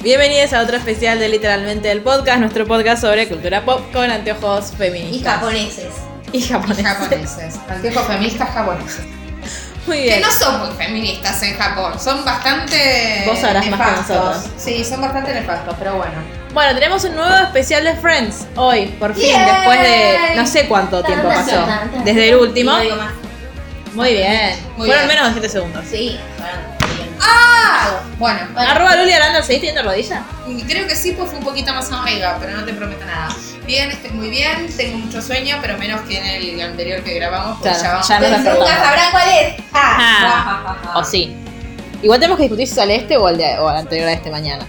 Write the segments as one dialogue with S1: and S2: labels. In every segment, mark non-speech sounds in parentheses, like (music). S1: Bienvenidos a otro especial de Literalmente el Podcast, nuestro podcast sobre cultura pop con anteojos
S2: Y
S1: feministas.
S2: japoneses.
S1: Y japonés.
S2: Japoneses. Anteojos feministas japoneses.
S1: (laughs) Muy
S2: Que
S1: bien.
S2: no son muy feministas en Japón. Son bastante.
S1: Vos sabrás más que
S2: nefastos.
S1: nosotros.
S2: Sí, son bastante nefastos, pero bueno.
S1: Bueno, tenemos un nuevo especial de Friends hoy, por fin,
S2: Yay.
S1: después de no sé cuánto tiempo pasó. Desde el último.
S3: No digo más.
S1: Muy bien.
S2: Muy
S1: Fueron
S2: bien.
S1: menos de 7 segundos.
S3: Sí, bueno, bien.
S2: ¡Ah! Bueno,
S1: Arroba Luli Aranda, ¿seguís teniendo rodilla?
S2: y creo que sí, pues fue un poquito más omega, pero no te prometo nada. Bien, estoy muy bien, tengo mucho sueño, pero menos que en el anterior que grabamos, porque
S1: Claro,
S2: ya vamos.
S1: ya nos despertamos.
S2: Nunca sabrán cuál es. Ah. Ja.
S3: Ah.
S1: O sí. Igual tenemos que discutir si sale este o el, de, o el anterior a este mañana.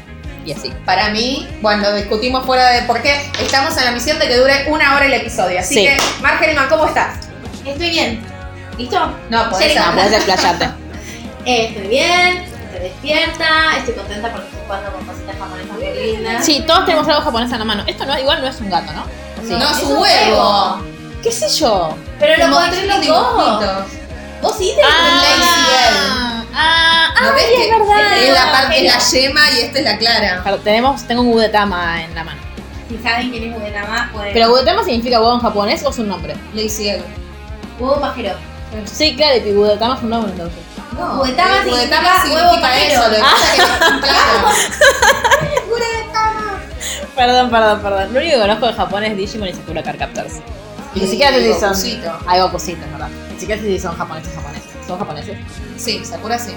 S1: Y así.
S2: Para mí, bueno, lo discutimos fuera de por qué estamos en la misión de que dure una hora el episodio. Así
S1: Sí.
S2: que, Margelman, ¿cómo estás?
S3: Estoy bien. ¿Listo?
S2: No, podés
S3: Sí,
S1: No,
S2: hablar.
S1: podés
S3: (laughs)
S1: explayarte.
S3: Eh, estoy bien, estoy despierta, estoy contenta porque estoy jugando con cositas japonesas muy lindas.
S1: Sí, todos tenemos algo japonés en la mano. Esto no, igual no es un gato, ¿no? Sí.
S2: No es un huevo.
S1: ¿Qué sé yo?
S3: Pero
S2: Te
S3: lo
S2: mostré los
S3: modificó.
S2: dibujitos.
S3: Vos sí te
S2: Ah,
S1: ah,
S2: ¿No ves que
S3: verdad.
S2: es la parte es la yema y esta es la clara?
S1: Pero tenemos, tengo un udetama en la mano.
S3: Si saben quién es pues, Udenama, pueden...
S1: ¿Pero udetama significa huevo en japonés o es un nombre?
S2: Lo hicieron.
S3: Huevo pajero.
S1: Sí, claro, y udetama es un nombre entonces.
S2: No,
S3: Huetama
S2: el
S3: significa
S2: huetama
S3: huevo
S2: significa
S3: pajero.
S2: eso, lo que pasa es que- claro.
S1: Perdón, perdón, perdón. Lo único que conozco de Japón es Digimon y Sakura Card Captors. Y ni siquiera sé
S2: Y
S1: si son.
S2: Gokucito.
S1: Hay Gokucito, es verdad. Ni siquiera sé si son japoneses japoneses. ¿Son japoneses?
S2: Sí, Sakura sí.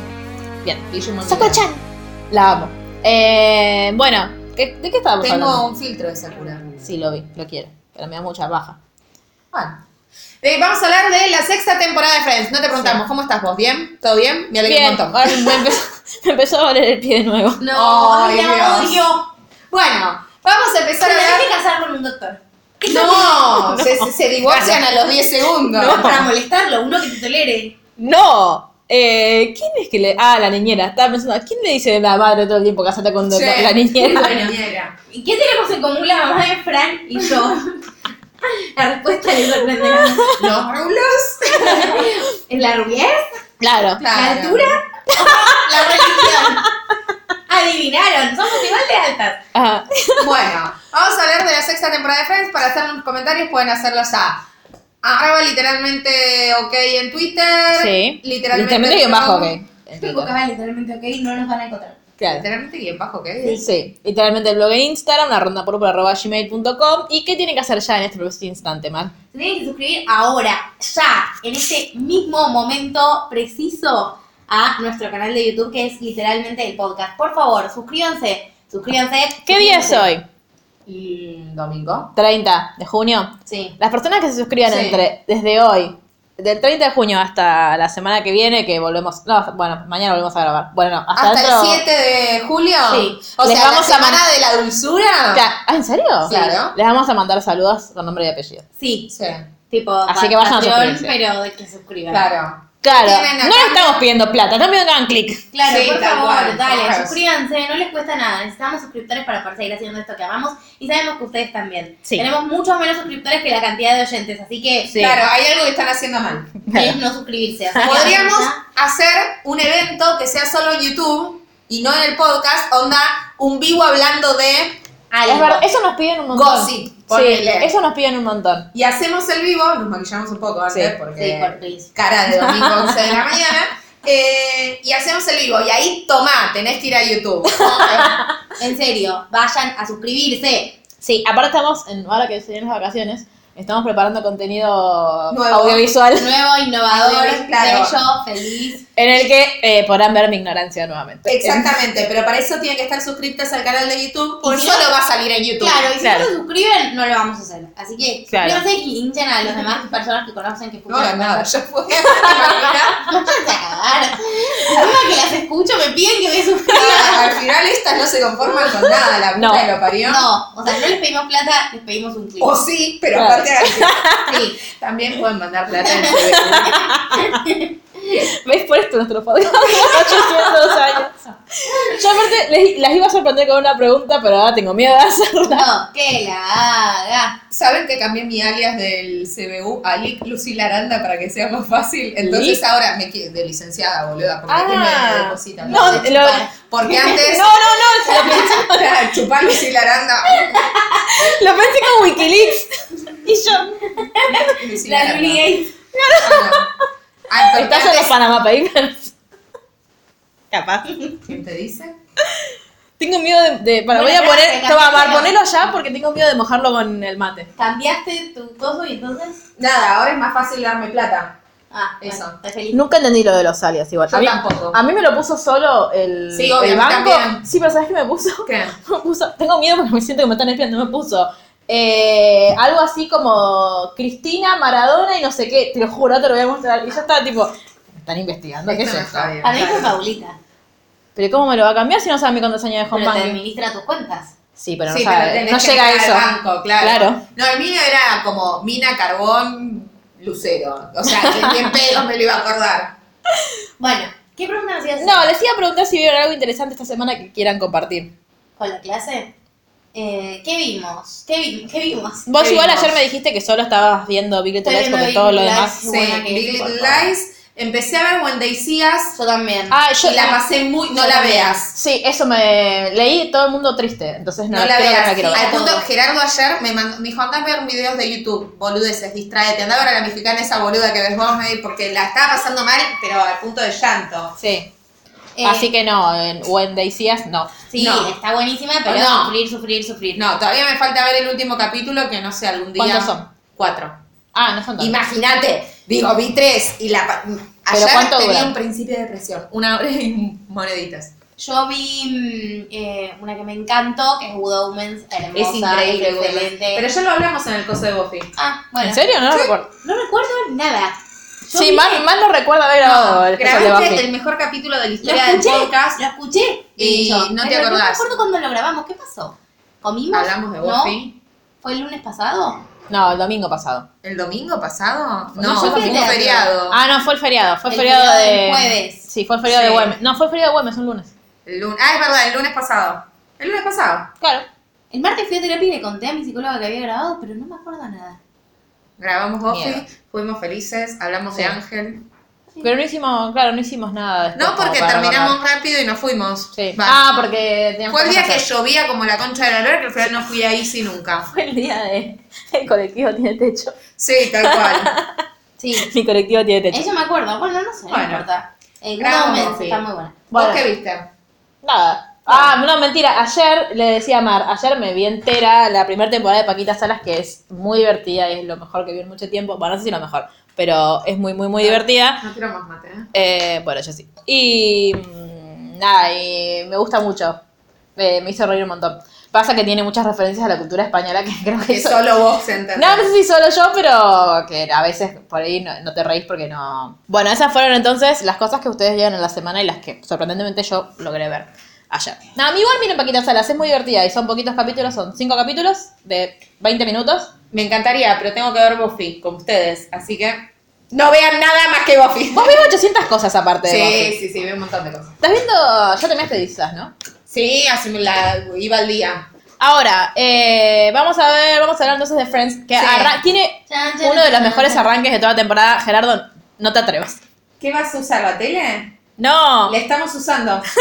S1: Bien.
S2: Digimon.
S1: La amo. Eh, bueno, ¿qué- ¿de qué estábamos
S2: Tengo
S1: hablando?
S2: un filtro de Sakura.
S1: Sí, lo vi, lo quiero. Pero me da mucha baja.
S2: Bueno. Eh, vamos a hablar de la sexta temporada de Friends. No te preguntamos, ¿cómo estás vos? ¿Bien? ¿Todo bien? Me alegro
S1: Bien,
S2: un montón.
S1: ahora me empezó,
S2: (laughs)
S1: me empezó a doler el pie de nuevo.
S3: No,
S2: Ay,
S3: la
S2: Dios.
S3: odio.
S2: Bueno, vamos a
S3: Te
S2: empezar a
S3: tenés que
S2: hablar.
S3: casar con un doctor.
S2: No, se, se divorcian a los 10 segundos.
S3: No, para molestarlo, uno que te tolere.
S1: ¡No! Eh, ¿Quién es que le.? Ah, la niñera. Estaba pensando, ¿quién le dice la madre todo el tiempo casate con
S2: Sí.
S1: la niñera?
S2: (laughs)
S3: ¿Y qué tenemos en común la mamá de Fran y yo? La respuesta le sorprenderá.
S2: Los rulos.
S3: ¿Es la rubiez?
S1: Claro.
S3: ¿La
S2: Claro.
S3: altura?
S2: La religión.
S3: Adivinaron, somos igual de altas.
S1: Ajá.
S2: Bueno, vamos a hablar de la sexta temporada de Friends. Para hacer unos comentarios pueden hacerlos a arroba literalmente ok en Twitter.
S1: Sí.
S2: Literalmente,
S1: Literalmente guión bajo, ok.
S3: Estoy enfocada literalmente, ok, no nos van a encontrar.
S1: Claro.
S2: Literalmente guión bajo ok.
S1: Sí, literalmente el blog en Instagram, la ronda por arroba gmail.com. ¿Y qué tienen que hacer ya en este preciso instante, Mar?
S3: Se tienen que suscribir ahora, ya, en este mismo momento preciso a nuestro canal de YouTube que es literalmente el podcast. Por favor, suscríbanse, suscríbanse.
S1: ¿Qué día es
S3: suscríbanse.
S1: hoy?
S2: Mm, Domingo.
S1: 30 de junio.
S3: Sí.
S1: Las personas que se suscriban
S2: Sí.
S1: entre desde hoy, del 30 de junio hasta la semana que viene, que volvemos. No, bueno, mañana volvemos a grabar. Bueno, no, hasta,
S2: Hasta,
S1: dentro-
S2: el 7 de julio.
S1: Sí.
S2: O
S1: Les
S2: sea,
S1: vamos
S2: la
S1: a
S2: semana
S1: mandar-
S2: de la dulzura.
S1: Claro. Ah, ¿En serio?
S2: Claro.
S1: Les vamos a mandar saludos con nombre y apellido.
S3: Sí,
S2: Sí,
S3: tipo,
S1: Así que vayan a
S3: Patreon,
S1: suscribirse.
S3: pero de que suscriban.
S2: claro.
S1: Claro.
S2: Tienen acá-
S1: No le estamos pidiendo plata, no me hagan clic.
S3: Claro,
S2: Sí,
S3: por
S2: tal
S3: favor,
S2: cual,
S3: dale,
S2: por favor.
S3: suscríbanse, no les cuesta nada. Necesitamos suscriptores para poder seguir haciendo esto que amamos y sabemos que ustedes también.
S1: Sí.
S3: Tenemos muchos menos suscriptores que la cantidad de oyentes, así que
S1: Sí.
S2: Claro, hay algo que están haciendo mal.
S1: (laughs)
S3: es no suscribirse. así que
S2: Podríamos
S3: vamos a-
S2: hacer un evento que sea solo en YouTube y no en el podcast, onda un vivo hablando de
S3: algo.
S1: Es verdad, eso nos piden un montón.
S2: gossip.
S1: Sí,
S2: ponele.
S1: eso nos piden un montón.
S2: Y hacemos el vivo, nos maquillamos un poco antes
S1: Sí,
S3: Sí, por
S2: porque
S3: please.
S2: cara de domingo 11 de la mañana. eh, y hacemos el vivo y ahí tomá, tenés que ir
S3: (laughs)
S2: a YouTube.
S3: (laughs) En serio, vayan a suscribirse.
S1: Sí, aparte estamos, en, ahora que se vienen las vacaciones, Estamos preparando contenido
S2: Nuevo.
S1: audiovisual
S3: Nuevo, innovador,
S2: Claro.
S3: bello, feliz.
S1: en el que eh, podrán ver mi ignorancia nuevamente.
S2: Exactamente, pero para eso tienen que estar suscriptas al canal de YouTube. Por
S3: Y si
S2: eso
S3: no-
S2: lo va a salir en YouTube.
S3: Claro, y si
S1: Claro.
S3: no se suscriben, no lo vamos a hacer. Así que
S1: Claro.
S3: suscríbanse y hinchen a los demás personas que conocen que
S2: No,
S3: escuchan.
S2: no,
S3: (laughs)
S2: nada, ya fue. (laughs)
S3: No vas a acabar. Encima que las escucho, me piden que me
S2: (laughs)
S3: suscriba.
S2: Al final estas no se conforman con nada, la puta
S1: No.
S2: que lo parió.
S3: No, o sea, no les pedimos plata, les pedimos un clic.
S2: O sí, pero
S1: Claro.
S2: aparte
S3: Sí.
S2: también pueden mandar plata
S3: (laughs)
S2: en CBU.
S1: (laughs) ¿Ves por esto nuestro podcast? (laughs) 800 años. Yo aparte les- las iba a sorprender con una pregunta, pero ahora tengo miedo de hacerla.
S3: No, que la haga.
S2: Saben que cambié mi alias del CBU a Lic Lucila Aranda para que sea más fácil. Entonces
S1: Lic.
S2: ahora me quie- de licenciada, boluda, porque
S1: Ah.
S2: qué me depositan.
S1: No,
S2: Me
S1: lo-
S2: chupan. porque
S1: (laughs)
S2: antes
S1: No, no, no, lo pensé,
S2: chupar
S1: (laughs)
S2: Lucila Aranda. uh,
S1: lo pensé con Wikileaks. Y yo,
S2: Lucila
S3: La Luli
S2: Aranda.
S3: Gates.
S2: Ah, porque
S1: estás en
S2: antes-
S1: los Panama Papers. Capaz.
S2: ¿Quién te dice?
S1: Tengo miedo de. de- para, voy
S3: Bueno,
S1: a
S3: claro,
S1: poner.
S3: que la
S1: Toma,
S3: gente
S1: Mar,
S3: no-
S1: ponelo ya porque tengo miedo de mojarlo con el mate.
S3: Cambiaste tu coso y entonces.
S2: Nada, ahora es más fácil darme plata.
S3: Ah,
S2: Eso.
S3: Bueno, estás feliz.
S1: Nunca entendí lo de los alias igual.
S2: Yo
S1: a mí,
S2: tampoco.
S1: A mí me lo puso solo el,
S2: Sí, obvio,
S1: el
S2: a mí
S1: banco.
S2: también.
S1: Sí, pero ¿sabes qué me puso? (laughs)
S2: ¿Qué?
S1: Me puso- tengo miedo porque me siento que me están espiando. Me puso eh, algo así como Cristina, Maradona y no sé qué. Te lo juro, te lo voy a mostrar. Y yo estaba tipo, me están investigando, ¿qué es
S2: Esto no
S1: esto?
S2: está bien.
S3: A mí fue Paulita.
S1: Pero ¿cómo me lo va a cambiar si no sabe mi contraseña de home
S3: Pero te
S1: banking?
S3: administra tus cuentas.
S1: Sí, pero no
S2: Sí,
S1: sabe.
S2: pero tenés
S1: no
S2: que
S1: llega a
S2: entrar
S1: eso.
S2: al banco, claro.
S1: Claro.
S2: No, el mío era como mina, carbón, lucero. O sea, que ni en pedo me lo iba a acordar.
S3: Bueno, ¿qué pregunta nos ibas a hacer?
S1: No, les iba a preguntar si vieron algo interesante esta semana que quieran compartir.
S3: ¿Con la clase? Eh, ¿Qué vimos? ¿Qué, vi- qué vimos?
S1: Vos
S2: ¿Qué
S1: igual
S2: vimos?
S1: ayer me dijiste que solo estabas viendo Big Little
S3: Estoy
S1: Lies
S3: viendo
S1: porque
S3: Big
S1: todo lo
S3: Little
S1: demás.
S3: Qué
S2: Sí,
S3: buena que es,
S2: Big
S3: por
S2: Little
S3: favor.
S2: Lies. Empecé a ver When They See Us
S3: Yo también.
S1: Ah, yo,
S2: y la pasé muy...
S3: Yo
S2: No la
S3: también.
S2: veas.
S1: Sí, eso me leí todo el mundo triste, entonces no,
S2: No, la
S1: creo que
S2: veas.
S1: no la quiero
S3: sí.
S1: ver.
S2: Al punto,
S3: Todo.
S2: Gerardo ayer me, mandó, me dijo, andá a ver videos de YouTube, boludeces, distráete, andá a ver a la mexicana esa boluda que ves vos, May, porque la estaba pasando mal, pero al punto de llanto.
S1: Sí,
S3: Eh,
S1: así que no, en When They See Us, no.
S3: Sí,
S2: No.
S3: está buenísima, pero
S2: No.
S3: sufrir, sufrir, sufrir.
S2: No, todavía me falta ver el último capítulo, que no sé, algún día...
S1: ¿Cuántos son?
S2: Cuatro.
S1: Ah, no son tantos.
S2: Imagínate, digo, vi tres y la... pa- mm, Ayer
S1: cuánto
S2: tenía
S1: dura?
S2: un principio de depresión, una hora y moneditas.
S3: Yo vi mm, eh, una que me encantó, que es Good Omens, hermosa,
S2: es increíble,
S3: es
S2: boludo.
S3: excelente.
S2: Pero ya lo hablamos en el coso de Buffy.
S3: Ah, bueno.
S1: ¿En serio? No lo recuerdo.
S3: No recuerdo nada. Yo
S1: Sí,
S3: vi-
S1: más, más no recuerdo haber grabado el especial de
S2: Grabaste
S1: Buffy.
S2: el mejor capítulo de la
S3: Lo
S2: historia del
S3: escuché,
S2: podcast.
S3: lo escuché. de
S2: Y
S3: hecho,
S2: no te
S3: pero No
S2: acordás.
S3: recuerdo cuándo lo grabamos, ¿qué pasó? ¿Comimos?
S2: Hablamos de
S3: ¿No?
S2: Buffy.
S3: ¿Fue el lunes pasado?
S1: No, el domingo pasado.
S2: ¿El domingo pasado?
S3: No,
S2: No,
S3: fue
S2: fue
S3: el
S2: un
S3: feriado.
S2: feriado.
S1: Ah, no, fue el feriado, fue el
S3: El
S1: feriado,
S3: feriado
S1: de...
S3: del jueves.
S1: Sí, fue el feriado
S2: Sí.
S1: de Güemes. No, fue el feriado de Güemes, un lunes.
S2: El lun- ah, es verdad, el lunes pasado. El lunes pasado.
S1: Claro.
S3: El martes fui a terapia y le conté a mi psicóloga que había grabado, pero no me acuerdo nada.
S2: Grabamos Buffy,
S1: Miedo.
S2: fuimos felices, hablamos
S1: Sí.
S2: de Ángel.
S1: Pero no hicimos, claro, no hicimos nada después
S2: No,
S1: como
S2: porque
S1: para
S2: terminamos
S1: recordar.
S2: rápido y nos fuimos.
S1: Sí.
S2: Va.
S1: Ah, porque teníamos
S2: Fue el
S1: cosas
S2: día que
S1: hacer.
S2: llovía como la concha de la lora que al final no fui ahí sí nunca.
S1: Fue el día de... El colectivo tiene techo.
S2: Sí, tal cual.
S3: Sí,
S1: Mi colectivo tiene techo.
S3: eso me acuerdo. Bueno, no sé,
S2: Bueno.
S3: no importa. Eh, Good
S2: Grabamos,
S3: Omens
S2: sí.
S3: está muy buena.
S2: ¿Vos
S1: (laughs) Bueno.
S2: qué viste?
S1: Nada. Ah, no, mentira. Ayer le decía a Mar, ayer me vi entera la primera temporada de Paquita Salas, que es muy divertida y es lo mejor que vi en mucho tiempo. Bueno, no sé si lo mejor, pero es muy, muy, muy divertida.
S2: No quiero más mate, ¿eh?
S1: Eh, bueno, yo sí. Y mm, nada, y me gusta mucho. Eh, me hizo reír un montón. Pasa que tiene muchas referencias a la cultura española que (laughs) creo que
S2: Que
S1: eso...
S2: solo vos entendés.
S1: No, no sé si solo yo, pero que a veces por ahí no, no te reís porque no. Bueno, esas fueron entonces las cosas que ustedes vieron en la semana y las que sorprendentemente yo logré ver ayer. Nada, a mí igual miren Paquita Salas, es muy divertida y son poquitos capítulos, son cinco capítulos de 20 minutos.
S2: Me encantaría, pero tengo que ver Buffy con ustedes, así que no vean nada más que (laughs) Buffy.
S1: Vos ves 800 cosas aparte de Buffy.
S2: Sí, sí, sí, vi un montón de cosas.
S1: Estás viendo, ya terminaste Disas, ¿no?
S2: Sí, así me la iba al día.
S1: Ahora, eh, vamos a ver, vamos a hablar entonces de Friends, que
S2: Sí.
S1: arran- tiene
S3: Chan, chan,
S1: uno de los
S3: chan,
S1: mejores
S3: chan.
S1: arranques de toda la temporada. Gerardo, no te atrevas.
S2: ¿Qué vas a usar la tele?
S1: No.
S2: La estamos usando. (laughs)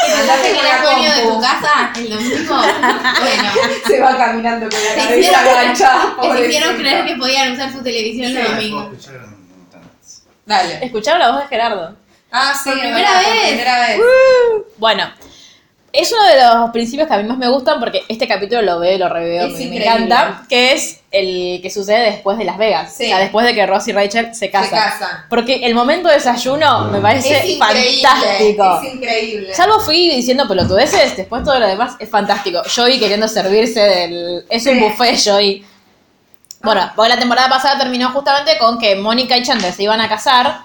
S3: ¿Pensaste
S2: Andate
S3: que
S2: con
S3: era
S2: la
S3: dueño de tu
S2: compu.
S3: casa?
S1: (laughs)
S3: ¿El domingo? Bueno.
S2: Se va caminando con la
S3: Te
S2: cabeza
S3: hicieron- (laughs)
S2: agachada,
S3: Les hicieron
S2: pobrecita.
S3: creer que podían usar su televisión el domingo.
S2: Dale.
S1: Escucharon la voz de Gerardo.
S2: Ah, sí,
S3: primera
S2: verdad, por
S3: vez.
S2: primera vez.
S1: Bueno, Es uno de los principios que a mí más me gustan porque este capítulo lo veo, lo reveo,
S2: Es
S1: me, me
S2: increíble.
S1: encanta. Que es el que sucede después de Las Vegas.
S2: Sí.
S1: O sea, después de que Ross y Rachel se casan.
S2: Se casan.
S1: Porque el momento de desayuno me
S2: Es
S1: parece
S2: increíble.
S1: fantástico.
S2: Es increíble.
S1: Salvo fui diciendo pelotudeces, después todo lo demás es fantástico. Joey queriendo servirse del... Es un
S2: Sí.
S1: buffet, Joey. Bueno, porque la temporada pasada terminó justamente con que Mónica y Chandler se iban a casar,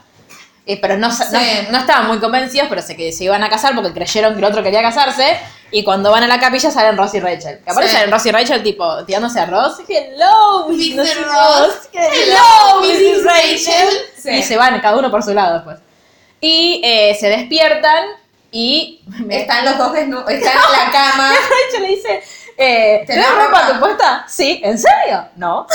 S1: eh, pero no, sa- no-
S2: Sí.
S1: no estaban muy convencidos, pero se, que se iban a casar porque creyeron que el otro quería casarse. Y cuando van a la capilla salen Ross y Rachel. Que aparte
S2: Sí.
S1: salen Ross y Rachel tipo tirándose a Ross. Hello, Mrs.
S2: Mr. Ross.
S1: Hello, Mrs. Rachel.
S2: Sí.
S1: Y se van cada uno por su lado después. Y eh, se despiertan y (laughs)
S2: Están los dos desnudos. Están en la (laughs) cama.
S1: Rachel le dice, eh,
S2: ¿Te
S1: ¿tenés
S2: la
S1: ropa
S2: ropa?
S1: tu puesta? Sí, ¿en serio? No.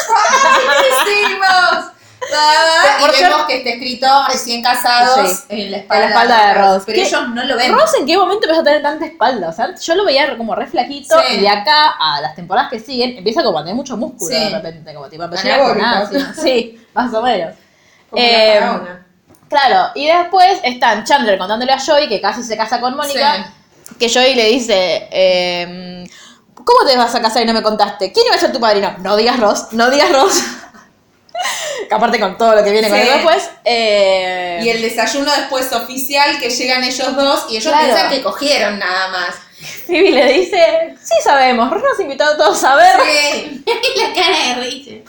S2: ¡Buenísimos! Ah,
S1: Por
S2: y
S1: ser-
S2: vemos que está escrito recién casados
S1: Sí.
S2: en la
S1: En
S2: espalda,
S1: la espalda de Ross.
S2: Pero
S1: ¿Qué?
S2: ellos no lo ven.
S1: Ross, ¿en qué momento empezó a tener tanta espalda? O sea, yo lo veía como re flaquito
S2: Sí.
S1: y de acá a las temporadas que siguen empieza como a tener mucho músculo
S2: Sí.
S1: de repente, como tipo, empezó a ir a
S2: Anabólico.
S1: gimnasio. (laughs) Sí, más o menos.
S2: como
S1: Eh,
S2: una faraona.
S1: Claro, y después están Chandler contándole a Joey que casi se casa con Mónica, que Joey le dice, em, ¿cómo te vas a casar y no me contaste? ¿Quién iba a ser tu padrino? No digas Ross, no digas Ross. (laughs) que aparte con todo lo que viene con
S2: Sí.
S1: él después. eh,
S2: Y el desayuno después oficial que llegan ellos dos y ellos
S1: Claro.
S2: piensan que cogieron nada más.
S1: Phoebe le dice, sí sabemos, Ross nos invitó a todos a ver.
S3: (laughs)
S2: Sí.
S3: Y la cara de Rachel.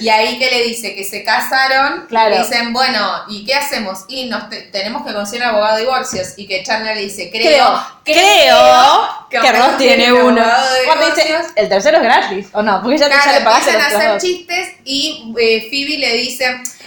S2: Y ahí que le dice que se casaron,
S1: Claro.
S2: le dicen, bueno, ¿y qué hacemos? Y nos te- tenemos que conseguir un abogado de divorcios. Y que Chandler le dice, creo,
S1: Creo, creo que, Ross tiene uno.
S2: abogado de
S1: Aparte dice,
S2: divorcios.
S1: el tercero es gratis, ¿o no? Porque ya, ya
S2: Claro,
S1: le pagaste
S2: empiezan
S1: los
S2: a
S1: otros
S2: hacer
S1: dos.
S2: chistes y eh, Phoebe le dice,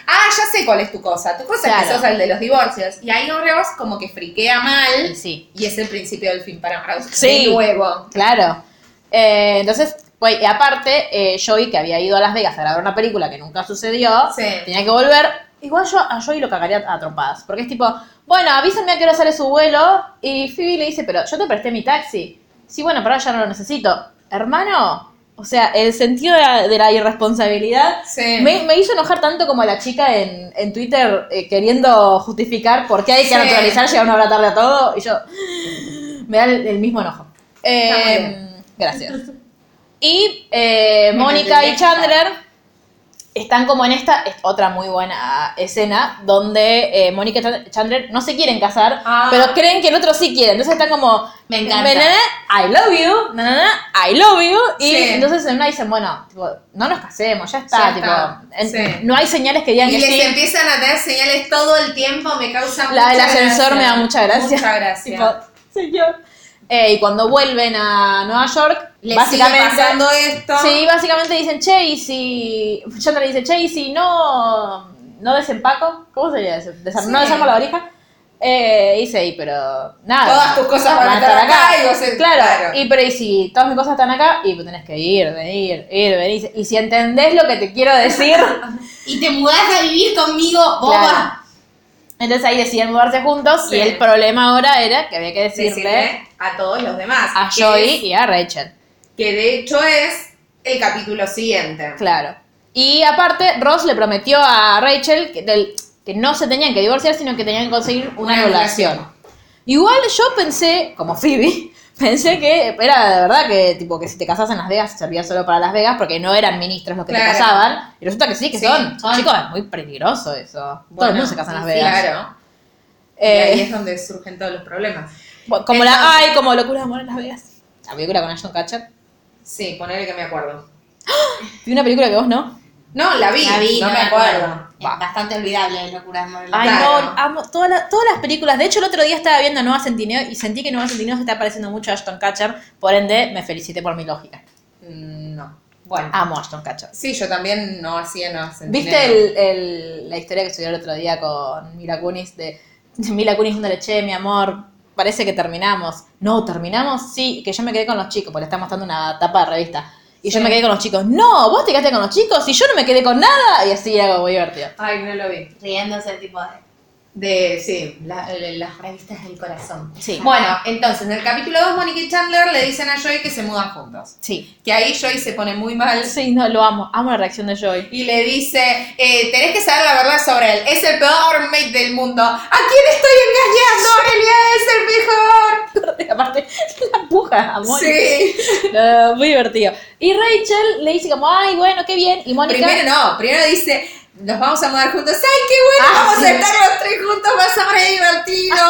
S2: ah, ya sé cuál es tu cosa, tu cosa es que
S1: Claro.
S2: sos el de los divorcios. Y ahí Ross como que friquea mal
S1: Sí.
S2: y es el principio del fin para Ross.
S1: Sí.
S2: De nuevo.
S1: Claro. Eh, entonces, güey, y aparte, eh, Joey, que había ido a Las Vegas a grabar una película que nunca sucedió,
S2: Sí.
S1: tenía que volver. Igual yo a Joey lo cagaría a trompadas, porque es tipo, bueno, avísenme a qué hora sale su vuelo. Y Phoebe le dice, pero yo te presté mi taxi. Sí, bueno, pero ahora ya no lo necesito. Hermano, o sea, el sentido de la, de la irresponsabilidad
S2: Sí.
S1: me, me hizo enojar tanto como a la chica en, en Twitter eh, queriendo justificar por qué hay que
S2: Sí.
S1: naturalizar llegar una hora tarde a todo. Y yo, me da el, el mismo enojo. Eh,
S2: Está muy bien.
S1: gracias. (laughs) Y eh, Mónica y Chandler están como en esta es otra muy buena escena donde eh, Mónica y Chan- Chandler no se quieren casar,
S2: Ah.
S1: pero creen que el otro sí quiere. Entonces están como,
S3: Me encanta.
S1: "Na, na, na, I love you, na, na, na, I love you. Y
S2: Sí.
S1: entonces en una dicen, bueno, tipo, no nos casemos, ya está.
S2: Ya está.
S1: tipo, en-
S2: Sí.
S1: No hay señales que digan
S2: Y
S1: que
S2: les
S1: sí.
S2: empiezan a dar señales todo el tiempo, me causa
S1: La
S2: mucha
S1: del ascensor
S2: gracia.
S1: me da mucha gracia.
S2: Mucha gracia.
S1: Tipo, señor. Eh, y cuando vuelven a Nueva York,
S2: Les
S1: básicamente.
S2: sigue pasando esto.
S1: Sí, básicamente dicen, che, y si. Chandler dice, che, y si no. No desempaco. ¿Cómo sería eso? Desar-
S2: Sí.
S1: No desarmo la valija. Eh, dice, y pero. Nada.
S2: Todas tus cosas van a estar acá, y vos en-
S1: claro.
S2: claro.
S1: Y pero, y si todas mis cosas están acá, y pues tenés que ir, venir, ir, venir. Y si entendés lo que te quiero decir.
S3: Y te mudás a vivir conmigo,
S1: Claro.
S3: boba.
S1: Entonces ahí deciden mudarse juntos
S2: Sí.
S1: y el problema ahora era que había que decirle,
S2: Decirle a todos los demás.
S1: a
S2: que
S1: Joey
S2: es-
S1: y a Rachel.
S2: Que de hecho es el capítulo siguiente.
S1: Claro. Y aparte, Ross le prometió a Rachel que, del- que no se tenían que divorciar, sino que tenían que conseguir una
S2: Una
S1: anulación. Igual yo pensé, como Phoebe, (laughs) pensé que era de verdad que tipo que si te casas en Las Vegas servía solo para Las Vegas porque no eran ministros los que
S2: Claro.
S1: te casaban. Y resulta que sí, que
S2: Sí,
S1: son.
S2: son.
S1: Chicos, es muy peligroso eso. Todo
S2: Bueno,
S1: el mundo se casa en Las
S2: sí,
S1: Vegas.
S2: Claro.
S1: Eh,
S2: y ahí es donde surgen todos los problemas.
S1: Bueno, Como la.
S2: Entonces-
S1: Ay, como locura de amor en Las Vegas. La película con Ashton Kutcher.
S2: Sí, ponele que me acuerdo.
S1: Vi una película que vos no.
S2: No, la vi,
S3: La vi,
S2: no, me acuerdo.
S3: Es
S1: Va.
S3: Bastante olvidable, locura de amor.
S1: Ay,
S2: Claro.
S1: no, amo todas las- todas las películas. De hecho, el otro día estaba viendo Nueva Centineo y sentí que Nueva Centineo se está pareciendo mucho a Ashton Kutcher. Por ende, me felicité por mi lógica.
S2: Mm, No. Bueno.
S1: Amo a Ashton Kutcher.
S2: Sí, yo también no hacía no Centineo.
S1: ¿Viste el- el- la historia que subió el otro día con Mila Kunis? De, (laughs) de Mila Kunis diciéndole, che, mi amor, parece que terminamos. No, terminamos, sí, que yo me quedé con los chicos, porque le está mostrando una tapa de revista. Y yo
S2: Sí.
S1: me quedé con los chicos. No, vos te quedaste con los chicos y yo no me quedé con nada. Y así era como muy divertido.
S2: Ay, no lo vi.
S3: Riéndose, tipo de.
S2: De, sí, la- la- las revistas del corazón.
S1: Sí.
S2: Bueno, entonces, en el capítulo 2, Mónica y Chandler le dicen a Joey que se mudan juntos.
S1: Sí.
S2: Que ahí Joey se pone muy mal.
S1: Sí, no, lo amo. Amo la reacción de Joy.
S2: Y le dice, eh, tenés que saber la verdad sobre él. Es el peor mate del mundo. ¿A quién estoy engañando? Elia es el mejor.
S1: (laughs) aparte, la empuja a Mónica.
S2: Sí.
S1: No, muy divertido. Y Rachel le dice como, ay, bueno, qué bien. Y Mónica...
S2: Primero no, primero dice, nos vamos a mudar juntos. ¡Ay, qué bueno!
S1: Ah,
S2: vamos
S1: sí. Ah,
S2: a estar los tres juntos, va a ser re divertido.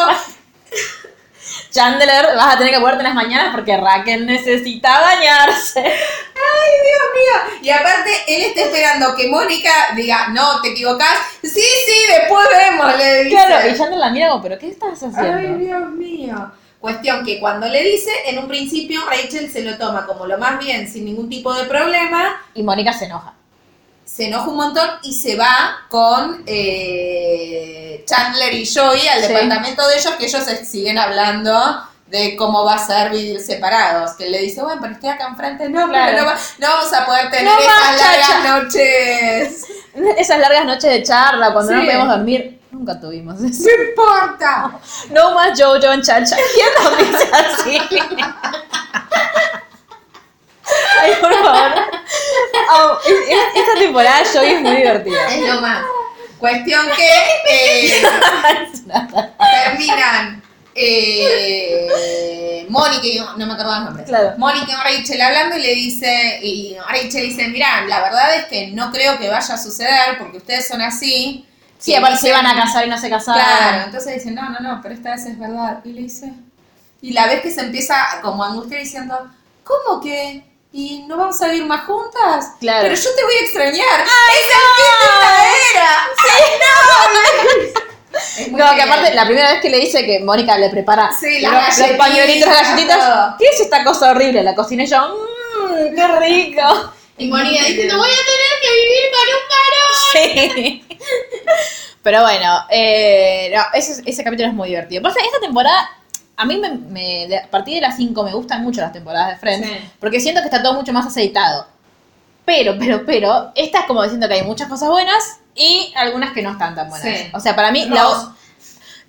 S1: Chandler, vas a tener que acordarte en las mañanas porque Raquel necesita bañarse. ah,
S2: Dios mío. Y aparte, él está esperando que Mónica diga, no, te equivocás. Sí, sí, después vemos, le dice.
S1: Claro, y Chandler la mira como, pero ¿qué estás
S2: Ay,
S1: haciendo?
S2: Dios mío. Cuestión que cuando le dice, en un principio Rachel se lo toma como lo más bien, sin ningún tipo de problema,
S1: Y Mónica se enoja.
S2: se enoja un montón y se va con eh, Chandler y Joey al
S1: Sí.
S2: departamento de ellos, que ellos se siguen hablando de cómo va a ser vivir separados. Que él le dice, bueno, pero estoy acá enfrente, no, pero
S1: Claro.
S2: no, va- no vamos a poder tener
S1: No va,
S2: esas largas
S1: chacha.
S2: noches.
S1: Esas largas noches de charla cuando no
S2: Sí.
S1: podíamos dormir, nunca tuvimos eso.
S2: No importa.
S1: No más Jojo en chacha. ¿Quién nos dice así? Ay, por favor. Au, es- es- esta temporada yo es muy
S2: (laughs)
S1: divertida.
S2: Es lo más. Cuestión
S1: (laughs)
S2: que... eh, terminan eh, Mónica y no me acuerdo los nombres.
S1: Claro.
S2: Mónica y Rachel hablando y le dice, y Rachel dice, mirá, la verdad es que no creo que vaya a suceder porque ustedes son así.
S1: Sí, aparte se iban a casar y no se casaron.
S2: Claro, entonces dice, no, no, no, pero esta vez es verdad. Y le dice, y la vez que se empieza como a angustiar diciendo, ¿cómo que? ¿Y no vamos a vivir más juntas?
S1: Claro.
S2: Pero yo te voy a extrañar.
S1: (laughs)
S2: ¡Ay, ¡Es el fin de una era! ¡Sí, no! Es muy
S1: No, que
S2: genial.
S1: aparte, la primera vez que le dice que Mónica le prepara
S2: Sí,
S1: los,
S2: las
S1: los
S2: galletitas,
S1: pañuelitos, las galletitas.
S2: todo.
S1: ¿Qué es esta cosa horrible? La cociné yo. Mmm, qué rico.
S2: Y Mónica diciendo, voy a
S1: Sí. Pero bueno, eh, no, ese, ese capítulo es muy divertido. Pasa, esta temporada, a mí me, me- de- a partir de las 5 me gustan mucho las temporadas de Friends,
S2: Sí.
S1: porque siento que está todo mucho más aceitado. Pero, pero, pero, esta es como diciendo que hay muchas cosas buenas y algunas que no están tan buenas.
S2: Sí.
S1: O sea, para mí,
S2: Ross.
S1: la-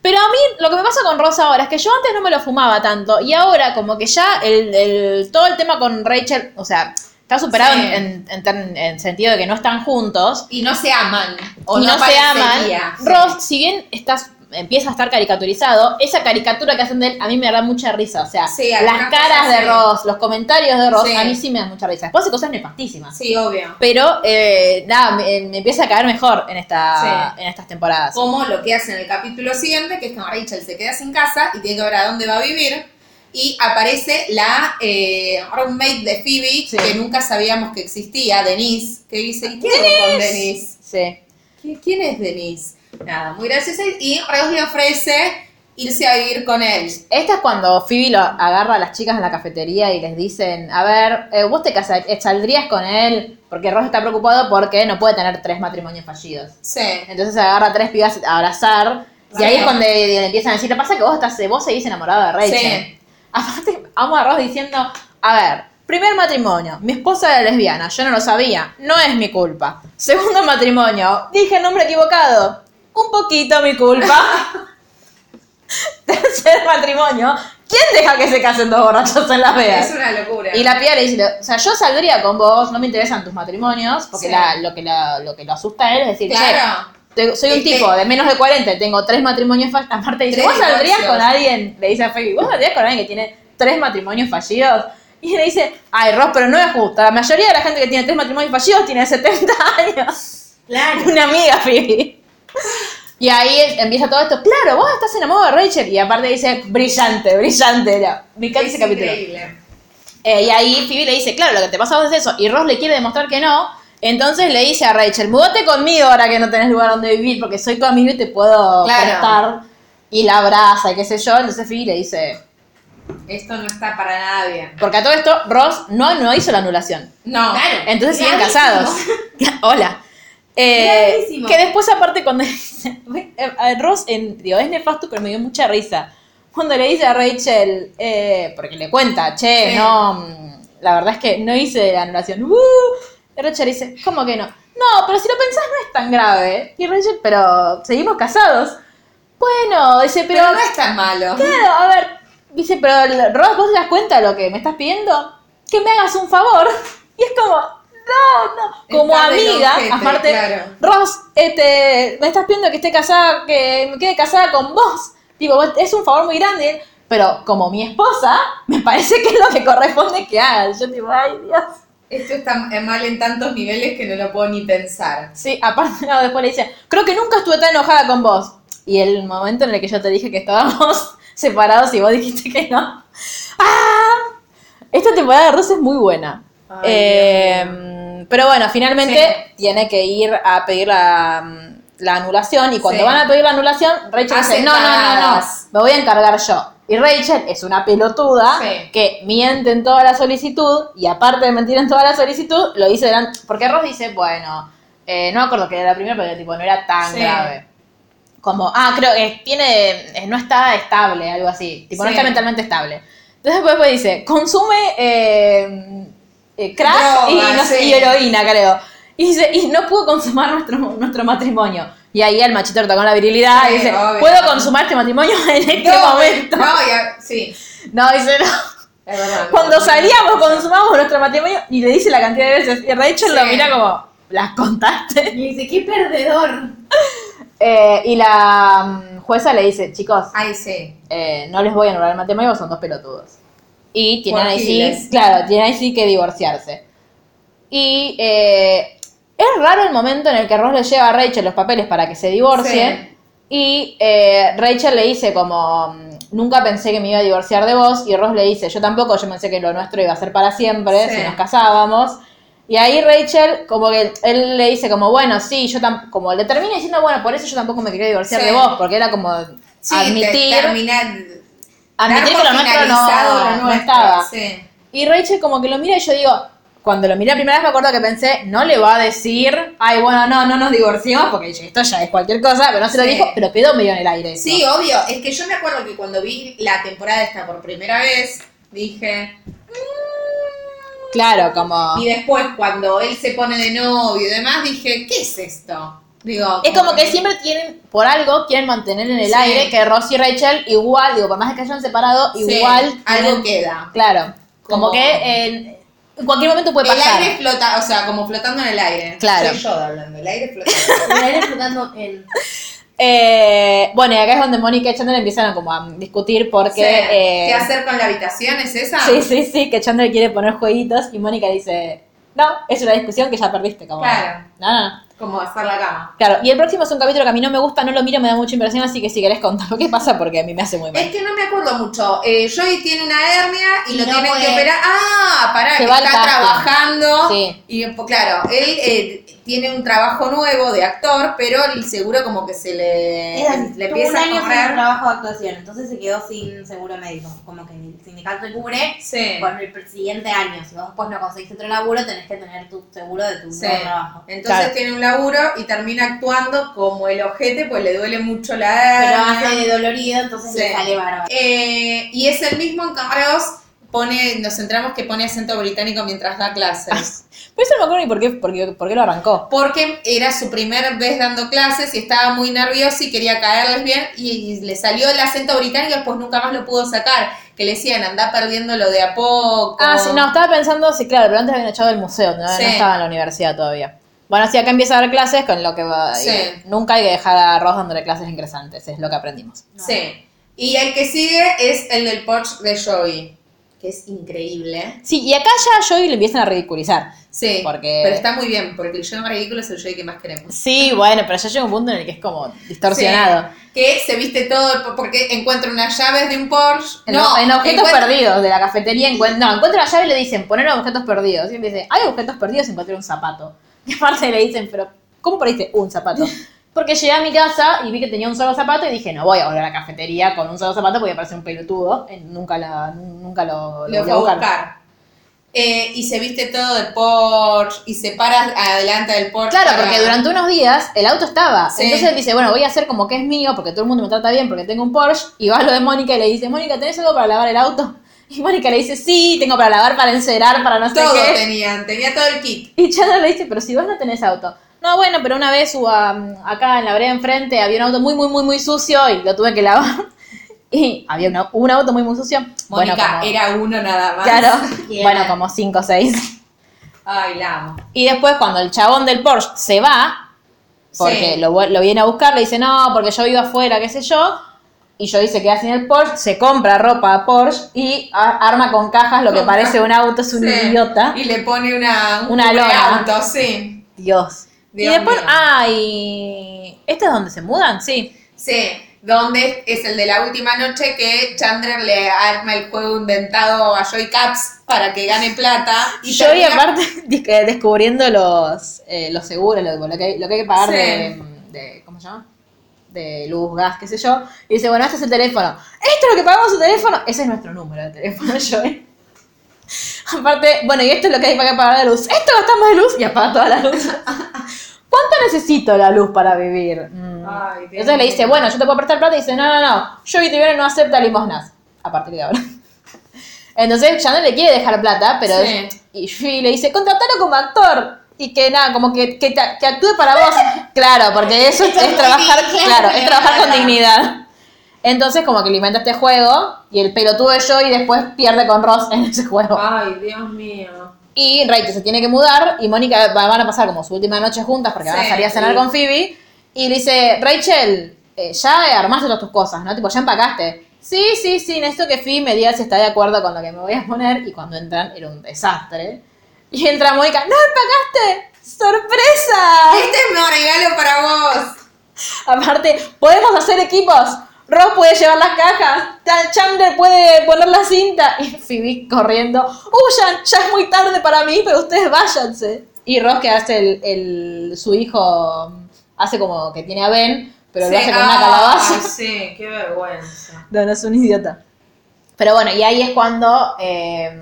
S1: pero a mí lo que me pasa con Ross ahora es que yo antes no me lo fumaba tanto y ahora como que ya el, el- todo el tema con Rachel, o sea, está superado
S2: Sí.
S1: en, en- en- en sentido de que no están juntos,
S2: Y no se aman. O
S1: y no, se aman.
S2: parecería.
S1: Ross, si bien estás, empieza a estar caricaturizado, esa caricatura que hacen de él a mí me da mucha risa. O sea,
S2: Sí,
S1: las
S2: algunas
S1: caras
S2: cosas
S1: de
S2: sí.
S1: Ross, los comentarios de Ross,
S2: Sí.
S1: a mí sí me dan mucha risa. Después hace cosas nefastísimas.
S2: Sí, obvio.
S1: Pero eh, nada, me, me empieza a caer mejor en, esta, en estas temporadas.
S2: Como lo que hace en el capítulo siguiente, que es que Rachel se queda sin casa y tiene que ver a dónde va a vivir. Y aparece la eh, roommate de Phoebe,
S1: Sí.
S2: que nunca sabíamos que existía, Denise, que dice, ¿y qué hago con Denise?
S1: Sí.
S2: ¿Qui- ¿Quién es Denise? Nada, muy graciosa. Y Ross le ofrece irse a vivir con él.
S1: Esta es cuando Phoebe lo agarra a las chicas en la cafetería y les dicen, a ver, eh, vos te casar- eh, saldrías con él, porque Ross está preocupado porque no puede tener tres matrimonios fallidos.
S2: Sí.
S1: Entonces agarra a tres pibas a abrazar. Y ahí
S2: Sí.
S1: es cuando le empiezan a decir, lo que pasa es que vos, estás, vos seguís enamorado de Rachel.
S2: Sí.
S1: Aparte, amo a Ross diciendo, a ver, primer matrimonio, mi esposa era lesbiana, yo no lo sabía, no es mi culpa. Segundo matrimonio, dije el nombre equivocado, un poquito mi
S2: (laughs)
S1: culpa. (laughs) Tercer matrimonio, ¿quién deja que se casen dos borrachos en las veas?
S2: Es una locura.
S1: Y la piba le dice, o sea, yo saldría con vos, no me interesan tus matrimonios, porque
S2: Sí.
S1: la- lo, que la- lo que lo asusta a él es decir, che,
S2: Claro.
S1: te- soy un
S2: Es que-
S1: tipo de menos de 40, tengo tres matrimonios fallidos. Aparte dice,
S2: Tres
S1: ¿vos saldrías
S2: divorcios.
S1: con alguien? Le dice a Phoebe, ¿vos saldrías con alguien que tiene tres matrimonios fallidos? Y le dice, ay, Ross, pero no es justo. La mayoría de la gente que tiene tres matrimonios fallidos tiene 70 años.
S3: Claro.
S1: (laughs) Una amiga, Phoebe. Y ahí él- empieza todo esto. Claro, vos estás enamorado de Rachel. Y aparte dice, brillante, brillante. Era. Me encanta
S2: Es
S1: ese capítulo.
S2: increíble.
S1: Eh, y ahí Phoebe le dice, claro, lo que te pasa a vos es eso. Y Ross le quiere demostrar que no. Entonces le dice a Rachel, mudate conmigo ahora que no tenés lugar donde vivir, porque soy tu amigo y te puedo
S2: Claro.
S1: prestar. Y la abraza y qué sé yo. Entonces Phoebe le dice,
S2: Esto no está para nada bien.
S1: porque a todo esto Ross no, no hizo la anulación.
S2: No.
S3: Claro.
S1: Entonces siguen
S3: Clarísimo.
S1: casados.
S2: (laughs)
S1: Hola. Eh,
S3: Clarísimo.
S1: que después aparte cuando (laughs) le dice- a Ross, en, digo, es nefasto, pero me dio mucha risa. Cuando le dice a Rachel, eh, porque le cuenta, che,
S2: Sí.
S1: no, mm, la verdad es que no hice la anulación. Uh, y Rachel dice, ¿cómo que no? No, pero si lo pensás no es tan grave. Y Rachel, pero seguimos casados. Bueno, dice,
S2: Pero, no es tan malo.
S1: Claro, a ver, dice, pero Ross, ¿vos te das cuenta de lo que me estás pidiendo? Que me hagas un favor. (laughs) Y es como, no, no. Como
S2: Está del
S1: amiga,
S2: ojete,
S1: aparte,
S2: claro.
S1: Ross, este, me estás pidiendo que esté casada, que me quede casada con vos. Tipo, vos- es un favor muy grande. pero como mi esposa, (laughs) me parece que es lo que corresponde que haga. Yo digo, ay Dios.
S2: Esto está mal en tantos niveles que no lo puedo ni pensar.
S1: Sí, aparte (laughs) no, después le dice, creo que nunca estuve tan enojada con vos. Y el momento en el que yo te dije que estábamos (laughs) separados y vos dijiste que no. ¡Ah! Esta temporada de Rose es muy buena.
S2: Ay,
S1: Eh, pero bueno, finalmente
S2: Sí.
S1: tiene que ir a pedir la, mm, la anulación y cuando
S2: Sí. Ah,
S1: van a pedir la anulación, Rachel dice,
S2: Hace
S1: no, no, no, no,
S2: cagadas.
S1: me voy a encargar yo. Y Rachel es una pelotuda
S2: Sí.
S1: que miente en toda la solicitud y aparte de mentir en toda la solicitud, lo dice delante, porque Ross dice, bueno, eh, no me acuerdo que era la primera, pero tipo, no era tan
S2: Sí.
S1: grave. Como, ah, creo que tiene, eh, no está estable, algo así, tipo, no
S2: Sí.
S1: está mentalmente estable. Entonces después dice, consume eh, eh, crack
S2: Droga,
S1: y, no sé,
S2: sí.
S1: y heroína, creo. Y dice, y no pudo consumar nuestro, nuestro matrimonio. Y ahí el machito retocó la virilidad y
S2: Sí,
S1: dice,
S2: obvio.
S1: ¿puedo consumar este matrimonio en este
S2: No,
S1: momento?
S2: No, ya, sí.
S1: No, dice, no.
S2: Es verdad.
S1: Cuando
S2: No,
S1: salíamos consumamos nuestro matrimonio y le dice la cantidad de veces. Y Rachel
S2: Sí.
S1: lo mira como, ¿las contaste?
S3: Y dice, qué perdedor.
S1: Eh, y la mm, jueza le dice, chicos,
S2: Ay, sí.
S1: eh, no les voy a anular el matrimonio, son dos pelotudos. Y tienen ahí sí,
S2: Guajiles.
S1: claro, tienen ahí sí que divorciarse. Y eh, es raro el momento en el que Ross le lleva a Rachel los papeles para que se divorcien.
S2: Sí.
S1: Y eh, Rachel le dice como, mm, nunca pensé que me iba a divorciar de vos. Y Ross le dice, yo tampoco, yo pensé que lo nuestro iba a ser para siempre,
S2: Sí.
S1: si nos casábamos. Y ahí Rachel, como que él le dice como, bueno, sí, yo tam como le termina diciendo, bueno, por eso yo tampoco me quería divorciar
S2: Sí.
S1: de vos, porque era como
S2: Sí,
S1: admitir
S2: te- termina-
S1: admitir
S2: dar
S1: que
S2: por
S1: lo nuestro
S2: finalizado
S1: no,
S2: lo
S1: no
S2: nuestro,
S1: estaba.
S2: Sí.
S1: Y Rachel como que lo mira y yo digo, cuando lo miré la primera vez me acuerdo que pensé, no le va a decir, ay, bueno, no, no nos divorciamos, porque esto ya es cualquier cosa, pero no se lo
S2: Sí.
S1: dijo, pero quedó medio en el aire. eso.
S2: Sí, obvio. Es que yo me acuerdo que cuando vi la temporada esta por primera vez, dije. "Mm".
S1: Claro, como...
S2: Y después, cuando él se pone de novio y demás, dije, ¿qué es esto? Digo.
S1: Es como que siempre tienen, por algo, quieren mantener en el
S2: Sí.
S1: aire que Ross y Rachel igual, digo, por más que hayan separado,
S2: Sí,
S1: igual...
S2: algo
S1: tienen-
S2: queda.
S1: Claro, como,
S2: Como-
S1: que en, en cualquier momento puede
S2: El
S1: pasar.
S2: aire flota, o sea, como flotando en el aire.
S1: Claro.
S2: Soy yo hablando, el aire flotando.
S3: Me van explotando en.
S1: Eh, bueno, y acá es donde Mónica y Chandler empiezan como a discutir porque...
S2: Sí.
S1: eh,
S2: (laughs) ¿Qué hacer con la habitación? ¿Es esa?
S1: Sí, sí, sí, que Chandler quiere poner jueguitos y Mónica dice, no, es una discusión que ya perdiste, como.
S2: Claro.
S1: No, no, no.
S2: Como hacer la cama.
S1: Claro, y el próximo es un capítulo que a mí no me gusta, no lo miro, me da mucha impresión, así que si querés contar lo que pasa, porque a mí me hace muy mal.
S2: Es que no me acuerdo mucho. Eh, Joey tiene una hernia y,
S3: Y
S2: lo
S3: no
S2: tienen que
S3: puede.
S2: operar. Ah,
S1: Se
S2: pará, que
S1: va al
S2: está
S1: casting.
S2: trabajando.
S1: Sí.
S2: Y pues, claro, él eh, tiene un trabajo nuevo de actor, pero el seguro como que se le,
S3: Es así,
S2: Eh, le
S3: tuvo un
S2: empieza a
S3: año sin
S2: cobrar.
S3: trabajo de actuación, entonces se quedó sin seguro médico. Como que el sindicato te cubre
S2: Sí.
S3: por el siguiente año. Si vos después no conseguiste otro laburo, tenés que tener tu seguro de tu
S2: Sí. Eh,
S3: nuevo trabajo.
S2: Entonces
S1: Claro.
S2: tiene un laburo y termina actuando como el ojete, pues le duele mucho la
S3: Pero
S2: hernia.
S3: hace de dolorido, entonces
S2: Sí.
S3: le sale bárbaro.
S2: Eh, y es el mismo en Cameros, pone, nos centramos que pone acento británico mientras da clases.
S1: Pero eso no me acuerdo ni por qué, por qué, por qué lo
S2: Ah.
S1: arrancó.
S2: Porque era su primera vez dando clases y estaba muy nervioso y quería caerles bien y, y le salió el acento británico y después nunca más lo pudo sacar. Que le decían, anda perdiéndolo de a poco.
S1: Ah, sí, no, estaba pensando, sí, claro, pero antes habían echado del museo, no, No
S2: Sí.
S1: estaba en la universidad todavía. Bueno, sí, acá empieza a dar clases con lo que va.
S2: Sí.
S1: y Nunca hay que dejar a Ross dándole clases ingresantes, es lo que aprendimos.
S2: Sí. Y el que sigue es el del Porsche de Joey, que es increíble.
S1: Sí, y acá ya a Joey le empiezan a ridiculizar.
S2: Sí,
S1: Porque-
S2: pero está muy bien, porque el Joey más ridículo es el Joey que más queremos. (laughs)
S1: Sí, bueno, pero ya llega un punto en el que es como distorsionado.
S2: Sí, que se viste todo po- porque encuentra unas llaves de un Porsche.
S1: En, en objetos
S2: encuentra-
S1: perdidos de la cafetería. encuent- no, encuentra la llave y le dicen, poner objetos perdidos. Y él dice, hay objetos perdidos, encontré un zapato. (laughs) Y aparte le dicen, pero ¿cómo perdiste un
S2: (laughs)
S1: zapato? Porque llegué a mi casa y vi que tenía un solo zapato y dije, no voy a volver a la cafetería con un solo zapato porque parece un pelotudo. Eh, Nunca, la- nunca lo,
S2: Lo
S1: lo
S2: fue a buscar. Eh, y se viste todo de Porsche y se para adelante del Porsche.
S1: Claro,
S2: para-
S1: porque durante unos días el auto estaba.
S2: Sí.
S1: Entonces él dice, bueno, voy a hacer como que es mío porque todo el mundo me trata bien porque tengo un Porsche. Y va a lo de Mónica y le dice, Mónica, ¿tenés algo para lavar el auto? (laughs) Y Mónica le dice, sí, tengo para lavar, para encerar, para no sé
S2: Todo
S1: qué.
S2: tenían, tenía todo el kit.
S1: Y Chandler le dice, pero si vos no tenés auto. No, bueno, pero una vez hubo, um, acá en la vereda enfrente había un auto muy, muy, muy, muy sucio y lo tuve que lavar. (laughs) Y había una- un auto muy, muy sucio. bueno,
S2: Mónica
S1: como-
S2: era uno nada más.
S1: (laughs) Claro,
S3: Yeah.
S1: bueno, como cinco o seis.
S2: Ay, la amo.
S1: Y después cuando el chabón del Porsche se va, porque
S2: Sí.
S1: lo, vu- lo viene a buscar, le dice, no, porque yo vivo afuera, qué sé yo. y Joey se queda sin el Porsche, se compra ropa a Porsche y a- arma con cajas lo que
S2: Con
S1: parece
S2: cajas.
S1: un auto, es un
S2: Sí.
S1: idiota.
S2: Y le pone una, un
S1: Una
S2: cubre
S1: lona.
S2: auto, sí.
S1: Dios.
S2: Dios
S1: y después,
S2: mío.
S1: ay, ¿este es donde se mudan? Sí.
S2: Sí, donde es el de la última noche que Chandler le arma el juego inventado a Joy Caps para que gane plata.
S1: Y Joey
S2: termina-
S1: aparte (laughs) disque descubriendo los, eh, los seguros, lo, lo que hay, lo que hay que pagar
S2: Sí.
S1: de, de- ¿cómo se llama? De luz, gas, qué sé yo. Y dice, bueno, este es el teléfono. Esto es lo que pagamos el teléfono. Ese es nuestro número de teléfono, (laughs) Joey. Aparte, bueno, y esto es lo que hay para pagar la luz. Esto gastamos de luz y apaga toda la
S2: (laughs)
S1: luz. ¿Cuánto necesito la luz para vivir? Mm.
S2: Ay, Dios
S1: Entonces le dice,
S2: mío.
S1: bueno, yo te puedo prestar plata. Y dice, no, no, no. Joey Rivera no acepta limosnas. A partir de ahora. Entonces Chandler le quiere dejar plata, pero
S2: Sí.
S1: y Joey le dice, contratalo como actor. Y que nada, como que, que, te- que actúe para (laughs) vos. claro, porque eso es, es trabajar, claro, es trabajar con dignidad. Entonces como que le inventa este juego y el pelotudo de Joey después pierde con Ross en ese juego.
S2: Ay, Dios mío.
S1: Y Rachel se tiene que mudar y Mónica va- van a pasar como su última noche juntas porque van a
S2: Sí,
S1: salir a cenar
S2: sí.
S1: con Phoebe. Y le dice, Rachel, eh, ya armaste todas tus cosas, ¿no? Tipo, ya empacaste. Sí, sí, sí, necesito que Phoebe me diga si está de acuerdo con lo que me voy a poner. Y cuando entran, era un desastre. Y entra Mónica, ¡no empacaste! ¡Sorpresa!
S2: Este es mi regalo para vos.
S1: Aparte, podemos hacer equipos. Ross puede llevar las cajas, Tan- Chandler puede poner la cinta. Y Phoebe corriendo, huyan, ya es muy tarde para mí, pero ustedes váyanse. Y Ross que hace el, el- su hijo, hace como que tiene a Ben, pero lo
S2: Sí, ah,
S1: hace con una
S2: ay,
S1: calabaza.
S2: sí, qué vergüenza.
S1: No, no es un idiota. Pero bueno, y ahí es cuando eh,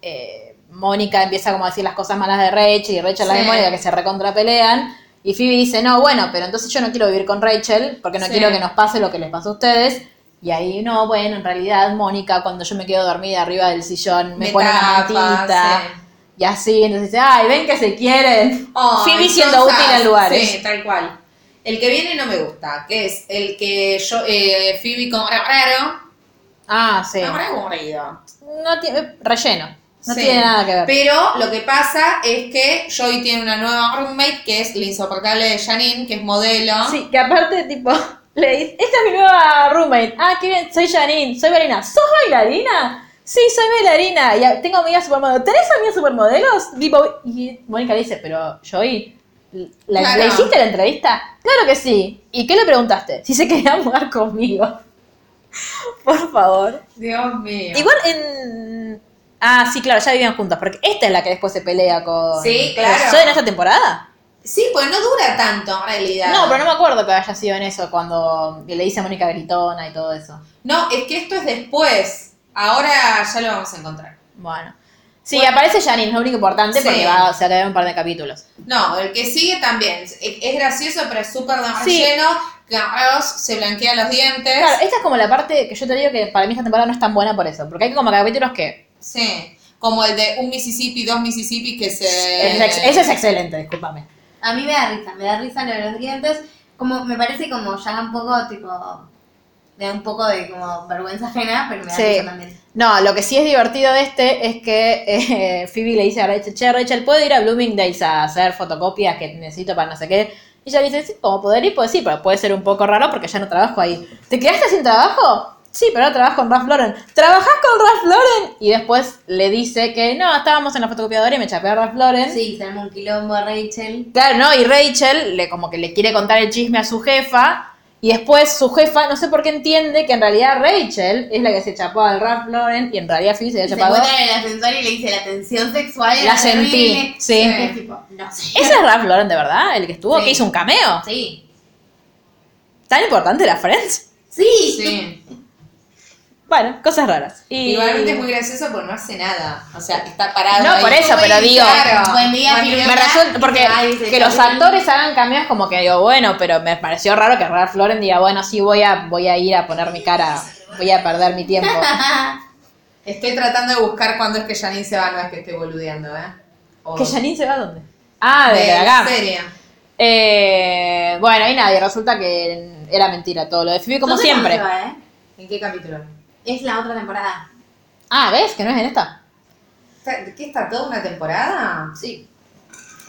S1: eh, Mónica empieza como a decir las cosas malas de Rachel y Rachel las de
S2: Sí.
S1: Mónica que se recontrapelean. Y Phoebe dice, no, bueno, pero entonces yo no quiero vivir con Rachel porque no
S2: Sí.
S1: quiero que nos pase lo que les pasó a ustedes. Y ahí, no, bueno, en realidad, Mónica, cuando yo me quedo dormida arriba del sillón, me, pone
S2: tapa,
S1: una mantita.
S2: sí.
S1: Y así, entonces dice, ay, ven que se quieren.
S2: Oh,
S1: Phoebe siendo
S2: entonces,
S1: útil ¿eh? en lugares.
S2: Sí, tal cual. El que viene no me gusta, que es el que yo, eh, Phoebe con raro,
S1: Ah, sí.
S2: no me aburrido.
S1: No tiene, relleno. No
S2: Sí.
S1: tiene nada que ver.
S2: Pero lo que pasa es que Joy tiene una nueva roommate que es la insoportable de Janine, que es modelo.
S1: Sí, que aparte, tipo, (laughs) le dice, esta es mi nueva roommate. Ah, qué bien, soy Janine, soy bailarina. ¿Sos bailarina? Sí, soy bailarina. Y a- tengo amigas supermodelos. ¿Tenés amigas supermodelos? Tipo, y Mónica le dice, pero Joey, ¿la,
S2: Claro.
S1: ¿le hiciste la entrevista? Claro que sí. ¿Y qué le preguntaste? Si se quería mudar conmigo. (laughs) Por favor.
S2: Dios mío.
S1: Igual en... Ah, sí, claro, ya vivían juntas, porque esta es la que después se pelea con...
S2: Sí, claro.
S1: ¿Soy en esta temporada?
S2: Sí, pues no dura tanto en realidad.
S1: No, pero no me acuerdo que haya sido en eso, cuando le dice a Mónica Gritona y todo eso.
S2: No, es que esto es después. Ahora ya lo vamos a encontrar.
S1: Bueno. Sí,
S2: Bueno.
S1: aparece Janine, es lo único importante
S2: Sí.
S1: porque va, se va a quedar un par de capítulos.
S2: No, el que sigue también. Es, es gracioso, pero es súper de
S1: Sí.
S2: relleno. Carlos se blanquea los dientes.
S1: Claro, esta es como la parte que yo te digo que para mí esta temporada no es tan buena por eso, porque hay como capítulos que...
S2: Sí. Como el de un Mississippi, dos Mississippi que se.
S1: Ese es ex- ese es excelente, discúlpame.
S3: A mí me da risa, me da risa lo de los dientes. Como, me parece como ya un poco, tipo, me da un poco de como vergüenza ajena, pero me da
S1: Sí.
S3: risa también.
S1: No, lo que sí es divertido de este es que eh, (laughs) Phoebe le dice a Rachel, che, Rachel, ¿puedo ir a Bloomingdale's a hacer fotocopias que necesito para no sé qué? Y ella le dice, sí, como poder ir, pues sí, pero puede ser un poco raro porque ya no trabajo ahí. ¿Te quedaste sin trabajo? Sí, pero ahora trabajo con Ralph Lauren. ¿Trabajás con Ralph Lauren? Y después le dice que no, estábamos en la fotocopiadora y me chapé a Ralph Lauren.
S3: Sí, se arma un quilombo a Rachel.
S1: Claro, ¿no? Y Rachel le, como que le quiere contar el chisme a su jefa. Y después su jefa, no sé por qué entiende que en realidad Rachel es la que se chapó al Ralph Lauren y en realidad Phoebe se
S3: Se
S1: había chapado.
S3: encuentra en el ascensor y le dice la tensión sexual.
S1: La
S3: era
S1: sentí,
S3: terrible".
S1: sí.
S3: Es tipo, no sé.
S1: Ese es Ralph Lauren de verdad, el que estuvo,
S3: Sí.
S1: que hizo un cameo.
S3: Sí.
S1: ¿Tan importante la Friends?
S3: Sí.
S2: Sí.
S1: Bueno, cosas raras. Y...
S2: Igualmente es muy gracioso porque no hace nada. O sea, está parado.
S1: No,
S2: ahí.
S1: por eso, pero digo-
S2: Claro.
S3: Buen día,
S2: Buen
S3: Filipe.
S1: Me resulta, porque
S3: Ay, se
S1: que los
S3: sacan.
S1: actores hagan cameos como que digo, bueno, pero me pareció raro que Ralph Lauren diga, bueno, sí, voy a, voy a ir a poner mi cara, voy a perder mi
S3: (laughs)
S1: tiempo.
S2: Estoy tratando de buscar cuándo es que Janine se va, no es que esté boludeando, ¿eh? O-
S1: ¿Que Janine se va a dónde? Ah, de,
S2: de
S1: la
S2: la
S1: GAM.
S2: serie.
S1: Eh, bueno, y nadie, resulta que era mentira todo lo de Phoebe, como
S3: No sé
S1: siempre.
S3: cuándo se va, ¿eh?
S2: ¿En qué capítulo?
S3: Es la otra temporada.
S1: Ah, ¿ves? Que no es en esta.
S2: ¿Está- ¿Qué está toda una temporada?
S3: Sí.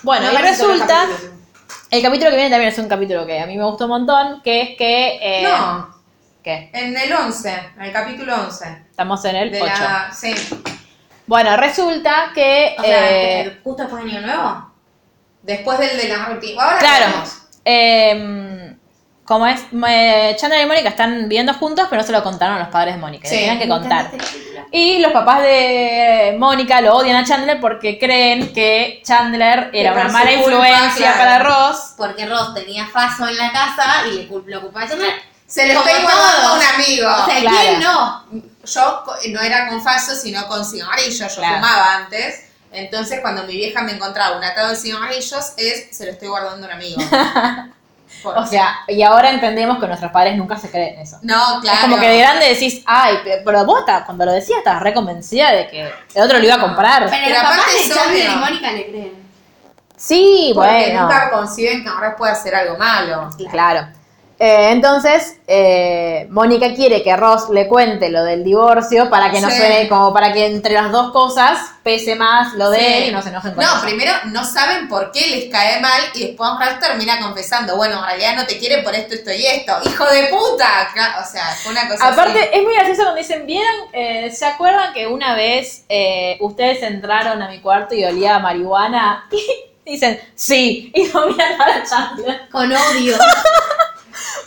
S1: Bueno,
S2: No
S1: y
S2: aparecen todos los
S1: resulta,
S2: capítulos.
S1: el capítulo que viene también es un capítulo que a mí me gustó un montón, que es que... eh,
S2: No.
S1: ¿Qué?
S2: En el 11, en el capítulo 11.
S1: Estamos en el
S2: de
S1: 8.
S2: la- sí.
S1: Bueno, resulta que.
S3: O sea,
S1: eh,
S3: eh, justo después de Año Nuevo.
S2: Después del de la rutina. Ahora
S1: Claro.
S2: tenemos.
S1: Eh, como es, me- Chandler y Mónica están viviendo juntos, pero no se lo contaron a los padres de Mónica.
S2: Sí,
S1: le tenían que
S3: Me encanta este
S1: contar.
S3: esta película.
S1: Y los papás de Mónica lo odian a Chandler porque creen que Chandler
S2: Que
S1: era
S2: por
S1: una
S2: su
S1: mala
S2: culpa,
S1: influencia
S2: claro.
S1: para Ross.
S3: Porque Ross tenía Faso en la casa y le cul- lo ocupaba Chandler.
S2: Se le
S3: Como
S2: pegó a
S3: todos.
S2: un amigo.
S3: O sea,
S1: claro.
S3: ¿quién no?
S2: yo co- no era con faso, sino con cigarrillos. Yo
S1: Claro.
S2: fumaba antes. Entonces, cuando mi vieja me encontraba un atado de cigarrillos, es se lo estoy guardando a un
S1: (laughs)
S2: amigo. Por-
S1: O sea, y ahora entendemos que nuestros padres nunca se creen eso.
S2: no, claro.
S1: Es como que de grande decís, ay, pe- pero vos estabas- cuando lo decías estabas reconvencida de que el otro lo iba a comprar.
S3: Pero,
S2: Pero
S3: los
S2: aparte
S3: papás
S2: es
S3: de Chandler y
S2: obvio.
S3: Mónica le creen.
S1: Sí,
S2: Porque
S1: bueno.
S2: nunca conciben que ahora puede hacer algo malo.
S1: Claro. Eh, entonces, eh, Mónica quiere que Ross le cuente lo del divorcio para que no
S2: Sí.
S1: suene como para que entre las dos cosas pese más lo de
S2: Sí.
S1: él y no se enojen con
S2: No,
S1: ella.
S2: primero no saben por qué les cae mal y después Ralph termina confesando, bueno, en realidad no te quieren por esto, esto y esto. ¡Hijo de puta! Ca- O sea, fue una cosa
S1: Aparte,
S2: así.
S1: es muy gracioso cuando dicen, ¿vieron? eh, ¿Se acuerdan que una vez eh, ustedes entraron a mi cuarto y olía a marihuana? (laughs) Y dicen, sí. Y no miran para Chandler.
S3: Con odio.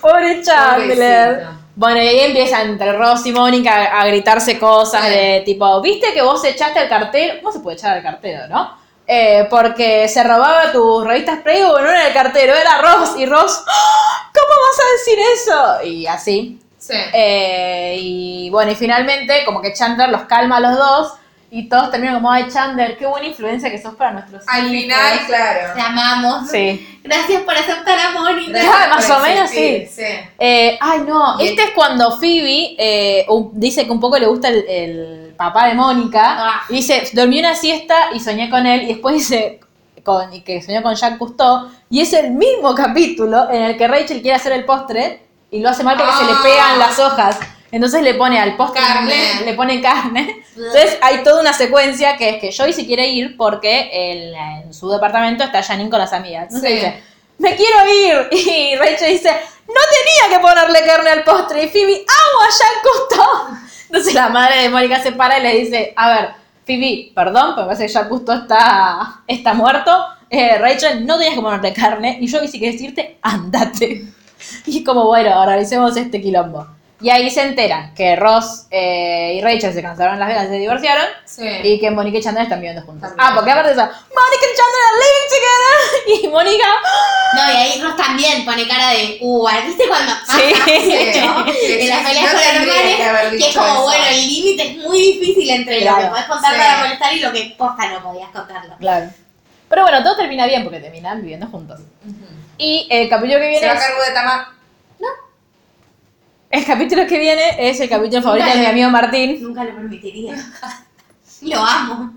S1: Pobre (laughs) Chandler.
S2: Pobrecito.
S1: Bueno, y ahí empiezan entre Ross y Mónica a, a gritarse cosas
S2: Sí.
S1: de tipo, viste que vos echaste al cartero, ¿cómo se puede echar al cartero, no? Eh, porque se robaba tus revistas Playboy, no era el cartero, era Ross, y Ross, ¡Ah! ¿cómo vas a decir eso? Y así.
S2: Sí.
S1: Eh, y bueno, y finalmente como que Chandler los calma a los dos, y todos terminan como, ay Chandler, qué buena influencia que sos para nuestros
S2: Al
S1: hijos".
S2: final, claro.
S3: Te amamos.
S1: Sí.
S3: Gracias por aceptar a Mónica.
S1: Ah, más
S2: Por
S1: o menos,
S2: existir, sí.
S1: Eh, ay, no,
S2: Y-
S1: este es cuando Phoebe eh, un- dice que un poco le gusta el, el papá de Mónica.
S3: Ah.
S1: Y dice, dormí una siesta y soñé con él. Y después dice con, y que soñó con Jack Cousteau. Y es el mismo capítulo en el que Rachel quiere hacer el postre y lo hace mal porque se le
S2: Ah.
S1: pegan las hojas. Entonces le pone al postre
S2: Carne.
S1: inglés, le pone carne. Entonces hay toda una secuencia que es que Joey se quiere ir porque él, en su departamento está Janine con las amigas. Entonces
S2: Sí.
S1: dice, me quiero ir. (laughs) Y Rachel dice, no tenía que ponerle carne al postre. Y Phoebe, amo a Jack Cousteau. (laughs) Entonces la madre de Mónica se para y le dice, a ver, Phoebe, perdón, pero me parece que Jack Cousteau está, está muerto. Eh, Rachel, no tenías que ponerle carne. Y yo si quieres irte, andate. Y es como, bueno, organicemos este quilombo. Y ahí se enteran que Ross eh, y Rachel se cansaron en Las Vegas, se divorciaron.
S2: Sí.
S1: Y que Mónica y Chandler están viviendo juntos.
S2: También.
S1: Ah, porque aparte de eso, Mónica y Chandler are living together. (laughs) Y Mónica,
S3: No, y ahí Ross también pone cara de uva. ¿Viste cuando (laughs) pasa?
S1: Sí.
S3: De hecho,
S2: Sí,
S3: en las
S2: sí,
S3: peleas
S2: no
S3: con
S2: tendría que haber
S3: hermanos, que es
S2: dicho
S3: como,
S2: eso.
S3: bueno, el límite es muy difícil entre
S1: Claro.
S3: lo que podés contar
S2: Sí.
S3: para molestar y lo que posta no podías contarlo.
S1: claro. Pero bueno, todo termina bien porque terminan viviendo juntos.
S2: Ujú.
S1: Y el capítulo que
S2: Se
S1: viene
S2: va a
S1: es,
S2: cargo de Tama.
S1: el capítulo que viene es el capítulo favorito de mi amigo Martín.
S3: Nunca lo permitiría. (laughs) lo amo.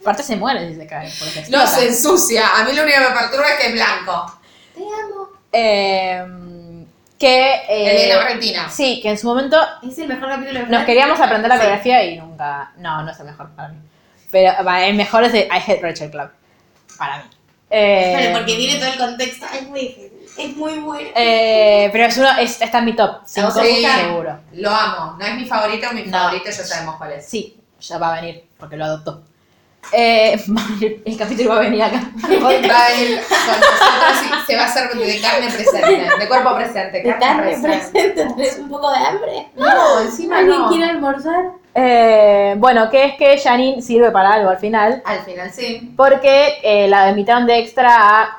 S1: Aparte se muere si se cae. porque explota.
S2: No, se ensucia. A mí lo único que me perturba es que es blanco.
S3: Te amo.
S1: Eh, que eh,
S2: Elena Retina.
S1: sí, que en su momento
S3: Es el mejor capítulo de
S1: Nos queríamos aprender la
S3: Sí.
S1: coreografía y nunca. No, no es el mejor para mí. Pero va, el mejor es de I Hate Rachel Club. Para mí. Eh,
S3: Bueno, porque tiene todo el contexto. Es muy difícil. Es muy bueno.
S1: eh, pero es uno, es- está en mi top. Cinco,
S2: vos te gusta?
S1: seguro.
S2: Lo amo. No es mi favorito, mi
S1: No.
S2: favorito ya sabemos cuál es.
S1: Sí, ya va a venir, porque lo adoptó. Eh, (laughs) va a venir- el capítulo va a venir acá. (laughs)
S2: Va a ir con nosotros y se va a hacer de carne presente, de cuerpo presente, carne, presente.
S3: (laughs) ¿Tenés un poco de hambre?
S2: No, encima
S1: Ah,
S2: no.
S3: almorzar?
S1: Eh, bueno, que es que Janine sirve para algo al final.
S2: Al final sí.
S1: Porque eh, la invitaron de extra a.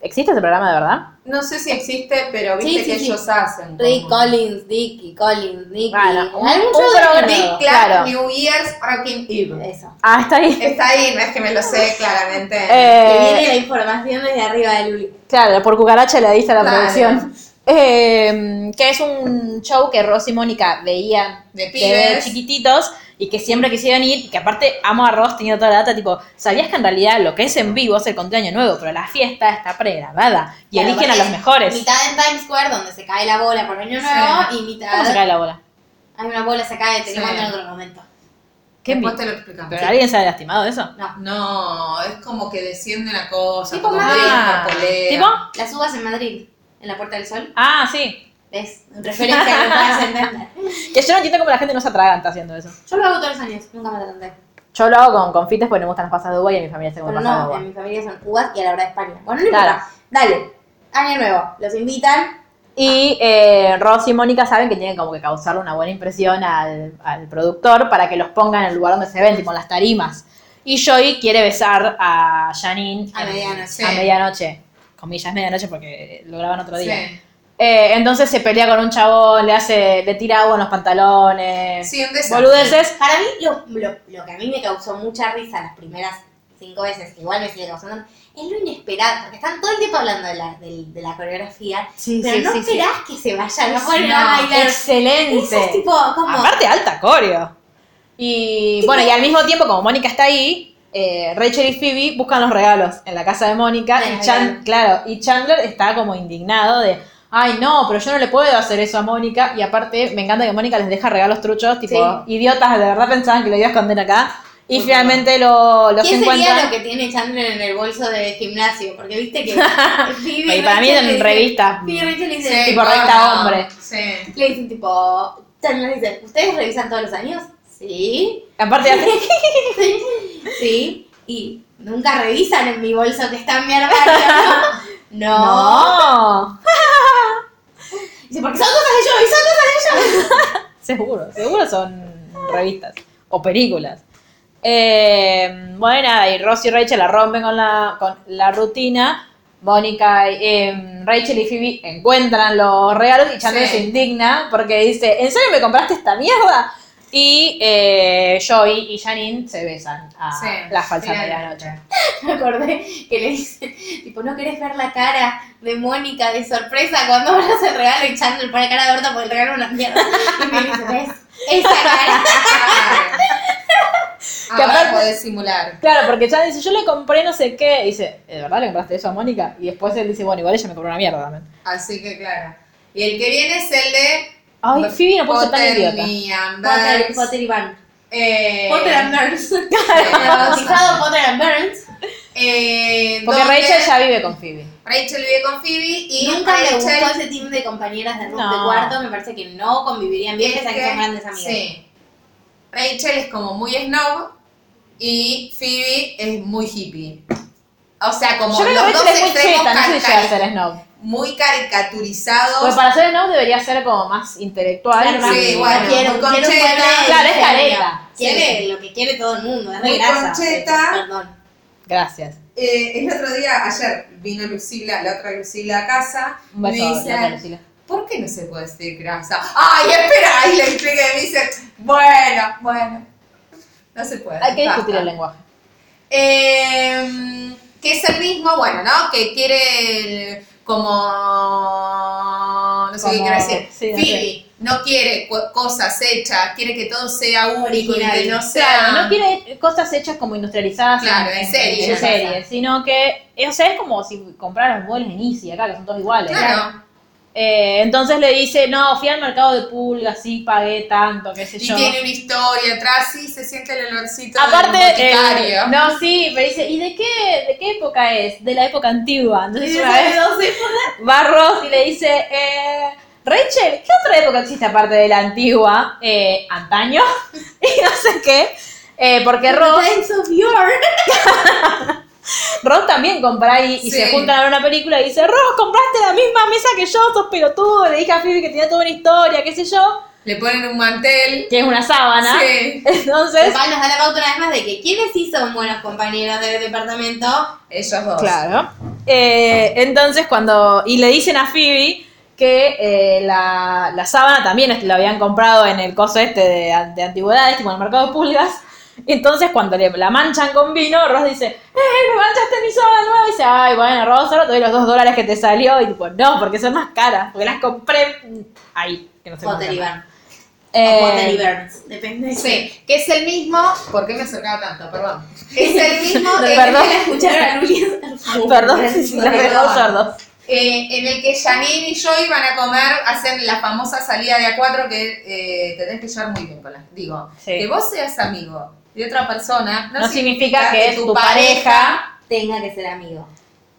S1: ¿Existe ese programa de verdad?
S2: No sé si existe, pero viste
S3: Sí, sí,
S2: que
S3: sí.
S2: ellos hacen.
S3: Rick
S2: como-
S3: Collins, Dicky, Collins, Nicky.
S1: Bueno, un-
S3: ¿Algún
S1: un
S3: show de-
S1: programa.
S2: Big Clap,
S1: Claro.
S2: New Year's, Rocking Eve.
S3: Eso.
S1: Ah, está ahí.
S2: Está ahí, no es que me lo sé claramente.
S3: Eh, Que
S1: Eh,
S3: viene la información desde arriba del Luli.
S1: Claro, por cucaracha le diste a la
S2: Claro.
S1: producción. Eh, que es un show que Ross y Mónica veían
S2: De
S1: de
S2: pibes.
S1: chiquititos y que siempre quisieron ir y que aparte amo a Ross tenía toda la data tipo sabías que en realidad lo que es en vivo es el cumpleaños nuevo pero la fiesta está pregrabada y
S3: Claro,
S1: eligen a
S3: porque
S1: los
S3: es
S1: mejores
S3: Mitad en Times Square, donde se cae la bola por año nuevo, y mitad.
S1: ¿cómo se cae la bola?
S3: Hay una bola, se cae, te lo
S2: Sí.
S3: mando en otro momento.
S1: ¿Qué
S2: Después
S1: envi-
S2: te lo explicamos.
S1: ¿Pero alguien se ha lastimado de eso?
S2: No, es como que desciende una cosa.
S3: Tipo
S2: como
S3: Madrid.
S2: que es una polea.
S1: ¿Tipo?
S3: Las uvas en Madrid, en la Puerta del Sol.
S1: Ah, sí.
S3: Es referencia que puedas entender.
S1: Que yo no entiendo cómo la gente no se atraganta haciendo eso.
S3: Yo lo hago todos los años, nunca me atraganté.
S1: Yo lo hago con confites porque me gustan las pasas de uva y a mi familia se
S3: Pero
S1: gustan las pasas
S3: no,
S1: de
S3: en
S1: uva.
S3: mi familia son uvas y a la hora de España. Bueno, no
S1: Claro.
S3: importa. Dale, año nuevo. Los invitan.
S1: Y eh, Ross y Mónica saben que tienen como que causarle una buena impresión al, al productor para que los pongan en el lugar donde se ven, tipo en las tarimas. Y Joey quiere besar a Janine
S2: A
S1: en-
S2: medianoche.
S1: a medianoche. Comillas, medianoche porque lo graban otro día.
S2: Sí.
S1: Eh, entonces se pelea con un chabón, le hace, le tira agua en los pantalones.
S2: Sí, un desastre.
S1: boludeces.
S3: Para mí, lo, lo- lo que a mí me causó mucha risa las primeras cinco veces, que igual me sigue causando, es lo inesperado, porque están todo el tiempo hablando de la, de, de la coreografía,
S1: Sí,
S3: pero no esperás que se vayan, no ponen a bailar. Eso es
S1: Excelente.
S3: tipo, como...
S1: Aparte, alta coreo. Y bueno, y al mismo tiempo, como Mónica está ahí, eh, Rachel y Phoebe buscan los regalos en la casa de Mónica.
S3: Sí,
S1: Y, Chan- claro, y Chandler está como indignado de, ay no, pero yo no le puedo hacer eso a Mónica. Y aparte, me encanta que Mónica les deja regalos truchos, tipo, idiotas, de verdad pensaban que lo iba a esconder acá. Y finalmente lo, los
S3: ¿Qué
S1: encuentran.
S3: sería lo que tiene Chandler en el bolso de gimnasio? Porque viste que...
S1: Y
S3: Phoebe
S1: para mí
S3: Rachel le
S1: en
S3: dice-
S1: revistas.
S3: Phoebe Rachel le dice,
S2: Sí,
S1: Tipo,
S2: porno.
S1: recta hombre.
S2: Sí.
S3: le dicen tipo, Chandler dice, ¿ustedes revisan todos los años? Sí, (laughs)
S1: Aparte,
S3: sí, y nunca revisan en mi bolso que está en mi armario. No. no.
S1: no.
S3: Dice, porque son cosas de yo, y son cosas de yo.
S1: Seguro, seguro son revistas o películas. Eh, bueno, nada, y Ross y Rachel la rompen con la, con la rutina. Mónica, y, eh, Rachel y Phoebe encuentran los regalos y Chandler
S2: Sí.
S1: se indigna porque dice, ¿en serio me compraste esta mierda? Y eh, Joey y Janine se besan a
S2: Sí,
S1: las falsas de la
S2: finalmente.
S1: noche.
S3: Me acordé que le dice, tipo, ¿no querés ver la cara de Mónica de sorpresa cuando (laughs) van a hacer regalo y Chandler pone cara de Berta porque el regalo es una mierda? Y me dice, ¿ves? Esa
S2: (laughs)
S3: cara.
S1: Que
S2: Ahora
S1: aparte-
S2: Ah, podés simular.
S1: Claro, porque Chandler dice, yo le compré no sé qué. Y dice, ¿de verdad le compraste eso a Mónica? Y después él dice, bueno, igual ella me compró una mierda también.
S2: Así que claro. Y el que viene es el de
S1: Ay,
S2: Pues,
S1: Phoebe no puede ser tan
S2: Potter
S1: idiota.
S2: y Anders.
S3: Potter, Potter y Burns.
S2: Eh,
S3: Potter and
S2: (laughs)
S3: Burns.
S2: tenemos,
S1: (laughs)
S3: Bautizado Potter and Burns.
S2: eh,
S1: Porque
S2: donde
S1: Rachel ya vive con Phoebe.
S2: Rachel vive con Phoebe y
S3: Nunca me
S2: Rachel
S3: gustó ese team de compañeras de,
S1: No.
S3: de cuarto. Me parece que no convivirían bien,
S2: es
S3: pese a que
S2: que-
S3: son grandes amigas.
S2: Sí. Rachel es como muy snob y Phoebe es muy hippie. O sea, como
S1: Yo creo
S2: los
S1: que
S2: dos
S1: Rachel es muy
S2: extremos
S1: cheta, no sé si llega a
S2: caricaturizados.
S1: ser snob.
S2: muy caricaturizados.
S1: Porque para ser snob debería ser como más intelectual.
S3: Claro,
S2: Sí,
S3: no
S2: bueno,
S3: quiero,
S2: muy
S3: quiero un
S2: concheta.
S3: pueblo
S1: Claro, es
S3: de-
S1: careta.
S3: Quiere
S2: Sí.
S3: lo que quiere todo el mundo. Es
S2: Muy
S3: de grasa.
S2: concheta.
S3: Perdón.
S1: Gracias.
S2: Eh, el otro día, ayer, vino Lucila, la otra Lucila a casa.
S1: Un beso,
S2: me dice,
S1: Lola Lucila.
S2: ¿por qué no se puede decir grasa? ¡Ay, espera! Y le expliqué, me dice, bueno, bueno. No se puede.
S1: Hay que
S2: basta.
S1: discutir el lenguaje.
S2: Eh, que es el mismo, bueno, ¿no? Que quiere el- como... No sé qué
S1: Como-
S2: quiere decir.
S1: sí, no
S2: Phoebe no quiere cu- cosas hechas, quiere que todo sea único y que no sea...
S1: Claro, no quiere cosas hechas como industrializadas
S2: Ah. Claro, en serie,
S1: en
S2: no
S1: serie, sino que, o sea, es como si compraras vuelos en Easy acá, que son todos iguales.
S2: Claro.
S1: Eh, entonces le dice, no, fui al mercado de pulgas, sí, pagué tanto, qué sé
S2: Y
S1: yo.
S2: tiene una historia atrás y se siente el olorcito
S1: Aparte,
S2: del
S1: eh,
S2: boticario.
S1: no, sí, pero dice, ¿y de qué, de qué época es? De la época antigua. Entonces
S3: Y
S1: una
S3: sabe
S1: vez va Ross y le dice, eh, Rachel, ¿qué otra época existe aparte de la antigua? Eh, antaño (laughs) y no sé qué. Eh, porque Ross,
S3: Times of Yore.
S1: Ross también compra y, y
S2: Sí.
S1: se juntan a ver una película y dice, Ross, compraste la misma mesa que yo, sos pelotudo, le dije a Phoebe que tenía toda una historia, qué sé yo,
S2: Le ponen un mantel.
S1: que es una sábana.
S2: Sí.
S1: (laughs) Entonces,
S3: Papá nos da la pauta una vez más de que quienes sí son buenos compañeros del departamento.
S2: Ellos dos.
S1: Claro. Eh, entonces, cuando. Y le dicen a Phoebe que eh, la, la sábana también es- la habían comprado en el coso este de, de antigüedades, tipo en el mercado de pulgas. Entonces, cuando le, la manchan con vino, Ross dice: ¡Eh, me manchaste mi sábana nueva! Y dice: Ay, bueno, Ross, ahora te doy los dos dólares que te salió. Y tipo, no, porque son más caras, porque las compré ahí. Que no sé cómo se
S3: Potter y
S1: llama.
S3: Burns.
S1: Eh,
S3: O Potter y Burns. Depende.
S2: Sí, que es el mismo. ¿Por qué me acercaba tanto? Perdón. Es
S1: (laughs)
S2: el mismo.
S1: No,
S2: eh,
S1: perdón.
S3: Escucharon a Luis.
S1: (laughs) (laughs) Perdón, sí, sí, los dejó
S2: Perdón.
S1: sordos.
S2: Eh, en el que Janine y Joy van a comer, hacen la famosa salida de A4 que eh, tenés que llevar muy bien con la. Digo,
S1: Sí.
S2: que vos seas amigo de otra persona no,
S1: No significa que es tu pareja.
S3: Tenga que ser amigo.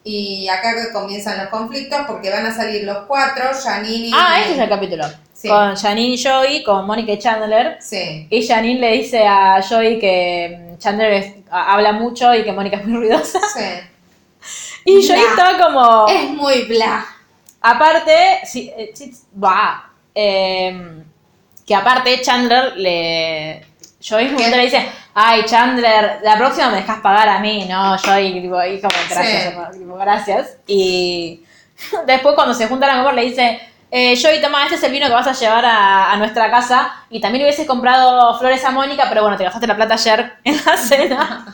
S2: Y acá que comienzan los conflictos porque van a salir los cuatro, Janine y...
S1: Ah, ese es el capítulo.
S2: Sí.
S1: Con Janine y Joey, con Mónica y Chandler.
S2: Sí.
S1: Y Janine le dice a Joey que mm, Chandler es- a- habla mucho y que Mónica es muy ruidosa. (laughs)
S2: sí.
S1: Y Joey
S3: Nah.
S1: estaba como...
S3: Oh. Es muy bla.
S1: Aparte, sí, eh, sí, bah, eh, que aparte Chandler le... Joey en un momento le dice, ay Chandler, la próxima me dejas pagar a mí, ¿no? Joey, tipo, y como, gracias,
S2: Sí.
S1: hermano", tipo, gracias. Y después cuando se juntan a comer le dice, eh, Joey, toma, este es el vino que vas a llevar a, a nuestra casa. Y también le hubieses comprado flores a Mónica, pero bueno, te gastaste la plata ayer en la cena.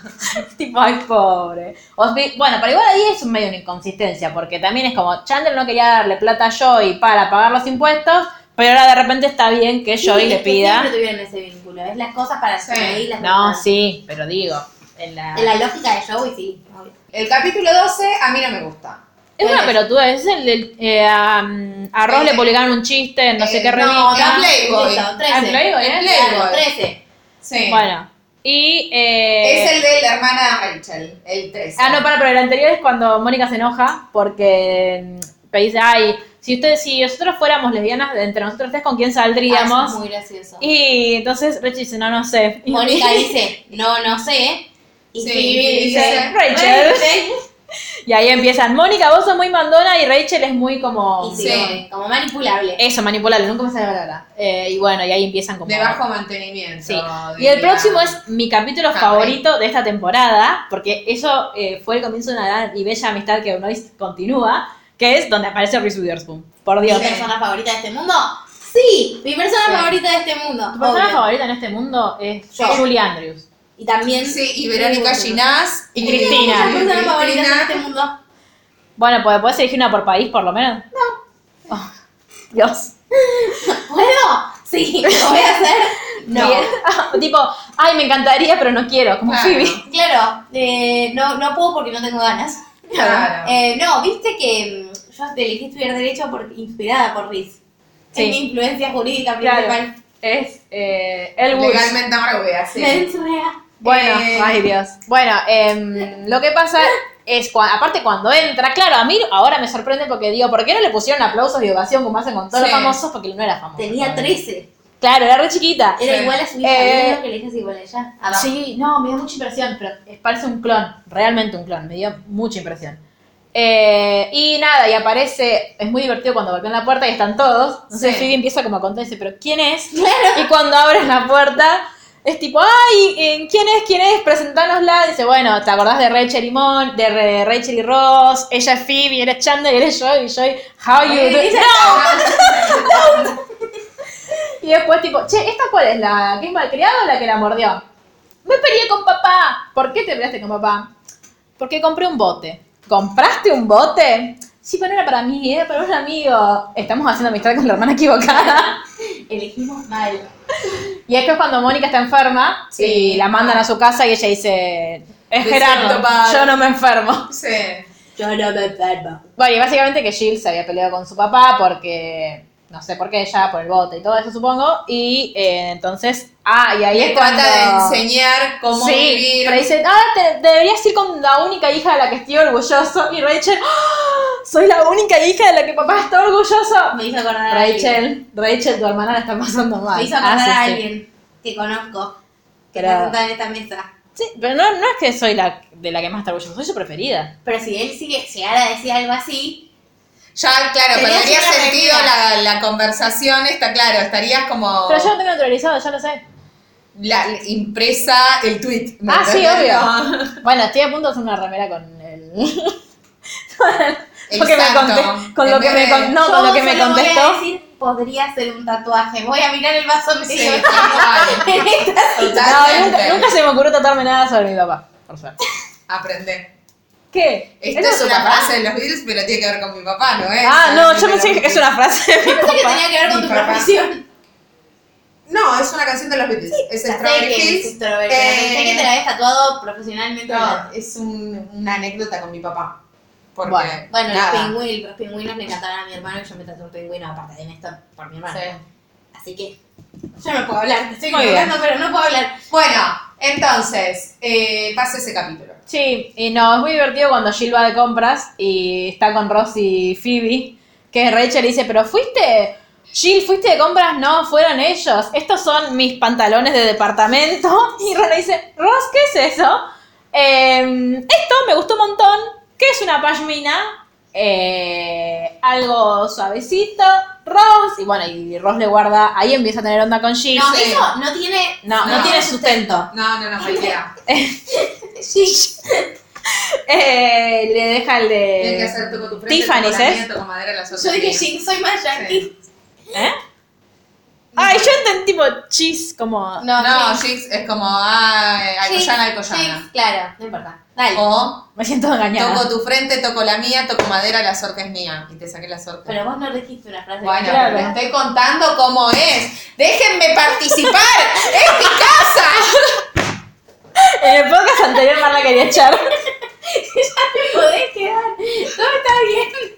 S1: tipo, ay, pobre. O si- bueno, pero igual ahí es un medio una inconsistencia, porque también es como, Chandler no quería darle plata a Joey para pagar los impuestos, pero ahora de repente está bien que Joey
S3: Sí,
S1: le
S3: es que
S1: pida.
S3: Siempre tuvieron ese vínculo. Es las cosas para
S2: Sí.
S3: ahí las
S1: No,
S3: cosas.
S1: sí, pero digo, en la...
S3: En la lógica de Joey, sí. obvio.
S2: El capítulo 12 a mí no me gusta.
S1: Es una
S2: Eh,
S1: pelotuda, es el del... eh, a, mm, a Ross
S3: Eh,
S1: le publicaron un chiste en no sé
S2: Eh,
S1: qué
S2: no,
S1: revista.
S2: da Playboy.
S3: Listo, 13.
S1: Ah, Playboy, ¿eh?
S3: Claro,
S2: Playboy.
S3: 13.
S2: Sí.
S1: Bueno, y... eh,
S2: Es el de la hermana Rachel, el 13.
S1: Ah, no, para, pero el anterior es cuando Mónica se enoja porque mm, dice, ay, si ustedes, si nosotros fuéramos lesbianas, de entre nosotros tres, ¿con quién
S3: Ah,
S1: saldríamos?
S3: eso es muy gracioso.
S1: Y entonces Rachel dice, no, no sé. Y
S3: Mónica dice, no, no sé. Y
S2: Sí,
S3: Phoebe
S2: y
S3: dice,
S2: dice,
S1: Rachel. (laughs) Y ahí empiezan, Mónica, vos sos muy mandona y Rachel es muy como...
S3: Y
S2: Sí.
S3: sí, como manipulable.
S1: Eso, manipulable, nunca me sale la palabra. Eh, y bueno, y ahí empiezan como...
S2: De bajo mantenimiento.
S1: Sí. Y el
S2: diría.
S1: próximo es mi capítulo
S2: Cameron.
S1: favorito de esta temporada, porque eso eh, fue el comienzo de una gran y bella amistad que Noise continúa, que es donde aparece Reese Witherspoon. Por
S3: ¿Mi
S1: Dios.
S3: persona favorita de este mundo? Sí, mi persona
S2: Sí.
S3: favorita de este mundo.
S1: Tu persona
S3: obvio.
S1: favorita en este mundo es
S3: Yo.
S1: Julie Andrews.
S3: Y también.
S2: Sí, y Verónica
S3: Cristina.
S2: Ginás.
S1: Y Cristina.
S3: Mi persona favorita de este
S2: Cristina.
S3: mundo.
S1: Bueno, pues podés elegir una por país por lo menos. No. Dios.
S3: ¿Puedo? Sí, (laughs) lo voy a hacer. No.
S1: Bien. (laughs) tipo, ay, me encantaría, pero no quiero, como
S2: Claro.
S1: Phoebe.
S3: Claro, eh, no, no puedo porque no tengo ganas.
S2: Claro.
S3: Eh, no, viste que mm, yo te elegí estudiar Derecho por, inspirada por Riz.
S1: Sí.
S3: Es mi influencia jurídica
S1: Claro.
S3: principal.
S1: Es eh, El Woods.
S2: Legalmente amargüea, sí.
S3: Me ensuea.
S1: Bueno,
S2: Eh,
S1: ay Dios. Bueno, em, lo que pasa es, cua- aparte cuando entra, claro, a mí ahora me sorprende porque digo, ¿por qué no le pusieron aplausos y ovación como hacen con todos
S2: Sí.
S1: los famosos? Porque no era famoso.
S3: Tenía 13.
S1: Claro, era re chiquita.
S3: Era
S2: Sí.
S3: igual a su hija.
S1: Eh,
S3: ¿vieron que le es igual a ella? Ah, va.
S1: Sí, no, me dio mucha impresión, pero es- parece un clon, realmente un clon, me dio mucha impresión. Eh, y nada, y aparece, es muy divertido cuando golpean la puerta y están todos. Entonces
S2: Sí.
S1: Phoebe empieza como a contar y dice, pero ¿quién es? Y cuando abres la puerta, es tipo, ay, eh, ¿quién es? ¿Quién es? Presentánosla. Dice, bueno, ¿te acordás de Rachel y Mon, de Re- Rachel y Ross? Ella es Phoebe, él es Chandler, él es Joey, y Joey, how you
S3: Y
S1: do?
S3: dice,
S1: Y después tipo, che, ¿esta cuál es? ¿La que es malcriada o la que la mordió? Me peleé con papá. ¿Por qué te peleaste con papá? Porque compré un bote. ¿Compraste un bote? Sí, pero no era para mí, era para un amigo. Estamos haciendo amistad con la hermana equivocada.
S3: Elegimos mal.
S1: Y es que es cuando Mónica está enferma
S2: Sí.
S1: y la mandan a su casa y ella dice, es
S2: Te
S1: Gerardo,
S2: siento mal".
S1: yo no me enfermo.
S2: (laughs) Sí.
S3: Yo no me enfermo.
S1: Bueno, y básicamente que Jill se había peleado con su papá porque, no sé por qué, ya por el bote y todo eso supongo. Y eh, entonces, ah, y ahí
S2: Le
S1: es
S2: trata
S1: cuando-
S2: de enseñar cómo
S1: sí,
S2: vivir.
S1: pero dice, ah, te- deberías ir con la única hija de la que estoy orgulloso. Y Rachel, "Ah, soy la única hija de la que papá está orgulloso.
S3: Me hizo acordar a alguien.
S1: Rachel, Rachel, tu hermana la está pasando mal.
S3: Me hizo acordar
S1: Ah, sí,
S3: a
S1: sí.
S3: alguien que conozco. Que
S1: Pero-
S3: está sentada en esta mesa.
S1: Sí, pero no, no es que soy la de la que más está orgulloso, soy su preferida.
S3: Pero si él sigue, llegara a decir algo así,
S2: Ya, claro,
S3: Tenía
S2: perdería
S3: que ir a
S2: sentido
S3: remera.
S2: la, la conversación, está claro, estarías como
S1: Pero yo lo tengo neutralizado, ya lo sé.
S2: la, impresa el tweet. ¿me
S1: Ah, sí,
S2: entendés?
S1: obvio. Bueno, estoy a punto de hacer una remera con el. (laughs)
S2: El
S1: Porque me
S2: santo.
S1: conté- con lo
S2: En
S1: que
S2: vez
S1: me
S2: de-
S1: con- no, con
S3: yo
S1: lo que me
S3: solo voy a
S1: contestó.
S3: decir, podría ser un tatuaje. Voy a mirar el vaso que
S2: Sí,
S3: se me
S2: tal cual.
S3: en esta-
S1: No,
S2: Totalmente.
S1: nunca, nunca se me ocurrió tratarme nada sobre mi papá, por suerte.
S2: Aprender.
S1: ¿Qué?
S2: Esta
S1: ¿Eso
S2: es
S1: tu
S2: una
S1: papá?
S2: frase de los Beatles, pero tiene que ver con mi papá, ¿no es?
S1: Ah, no, yo pensé
S2: sé
S1: que es una (laughs) frase de mi
S3: Pensé que
S1: papá.
S3: tenía que ver con tu
S2: Mi
S1: (laughs)
S2: papá.
S3: profesión.
S2: No, es una canción de los Beatles. es
S3: Ya sé
S2: Strawberry
S3: que
S2: Hills.
S3: es extrovertido, Pensé
S2: Eh,
S3: que te la habías tatuado profesionalmente.
S2: No, es un- una anécdota con mi papá. Porque,
S1: Bueno,
S3: Bueno,
S2: nada.
S3: los pingüinos, los pingüinos le encantaban a mi hermano y yo me tatué un pingüino aparte de Néstor por mi hermano.
S2: Sí.
S3: Así que yo no puedo hablar, te estoy
S1: Muy bien.
S3: hablando, pero no puedo hablar.
S2: Bueno, entonces, eh, pasa ese capítulo.
S1: Sí, y no, es muy divertido cuando Jill va de compras y está con Ross y Phoebe, que Rachel dice, pero fuiste, Jill, fuiste de compras, no, fueron ellos, estos son mis pantalones de departamento. (laughs) Y Ron le dice, Ross, ¿qué es eso? "Em, esto me gustó un montón, ¿qué es una pashmina? Eh, algo suavecito, Ross, y bueno, y Ross le guarda, ahí empieza a tener onda con Jill.
S3: No,
S2: Sí.
S3: eso no tiene,
S1: No,
S3: no
S2: no.
S3: tiene sustento.
S2: No, no, no, cualquiera.
S1: Eh, le deja el de...
S2: Tienes que hacer toco tu frente,
S1: Tiffany,
S2: toco la
S1: ¿eh?
S2: mía, toco madera, las
S3: Yo
S2: otras
S3: dije,
S2: mías.
S3: Jin, soy más yankee.
S1: ¿Eh? Ay, yo entendí tipo chis, como.
S3: No,
S2: No,
S3: Jinx.
S2: Jinx es como, ah, Alcoyana, Alcoyana.
S3: Jinx, claro, no importa. Dale.
S2: O
S1: Me siento engañada.
S2: toco tu frente, toco la mía, toco madera, la sorte es mía. Y te saqué la sorte.
S3: Pero vos no dijiste una frase.
S2: Bueno,
S1: Claro.
S2: pero te estoy contando cómo es. Déjenme participar. (laughs) es mi casa.
S1: (laughs) En el podcast anterior Marla quería echar.
S3: te podés quedar. Todo está bien.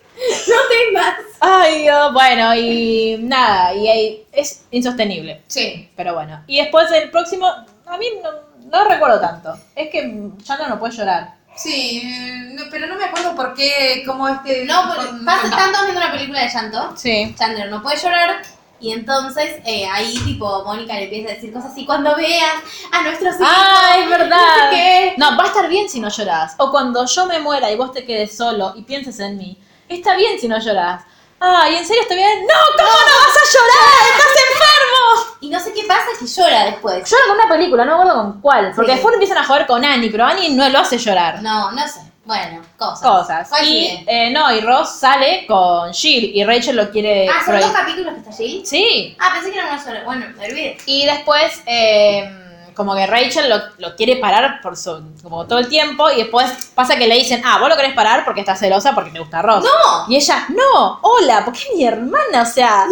S3: No temas.
S1: Ay, Dios. Bueno, y nada, y ahí es insostenible.
S2: Sí.
S1: Pero bueno. Y después el próximo, a mí no, no recuerdo tanto. Es que Chandler no puede llorar.
S2: Sí, eh, no, pero no me acuerdo por qué, cómo es que...
S3: No, porque
S2: con-
S3: pasa,
S2: con-
S3: están todos viendo una película de llanto.
S1: Sí.
S3: Chandler no puede llorar. Y entonces eh, ahí, tipo, Mónica le empieza a decir cosas así. Cuando veas a nuestros hijos.
S1: Ah, (laughs) es verdad.
S3: no sé qué.
S1: No, va a estar bien si no llorás. O cuando yo me muera y vos te quedes solo y pienses en mí, está bien si no llorás. Ay, ¿en serio está bien? ¡No! ¿Cómo no vas a llorar? ¡Estás enfermo!
S3: Y no sé qué pasa que llora después.
S1: Llora con una película, no me acuerdo con cuál. Porque
S3: Sí.
S1: después empiezan a joder con Annie, pero Annie no lo hace llorar.
S3: No, no sé. Bueno, cosas.
S1: Cosas.
S3: ¿Cuál
S1: Y
S3: sigue?
S1: eh, no, y Ross sale con Jill y Rachel lo quiere
S3: ah, son
S1: prohibir.
S3: dos capítulos que está allí.
S1: Sí.
S3: Ah, pensé que era una sola. Bueno, me olvidé.
S1: Y después, eh, como que Rachel lo, lo quiere parar por su, como todo el tiempo, y después pasa que le dicen, ah, vos lo querés parar porque estás celosa porque te gusta Ross.
S3: ¡No!
S1: Y ella, no, hola, porque es mi hermana, o
S3: Uh,
S1: sea.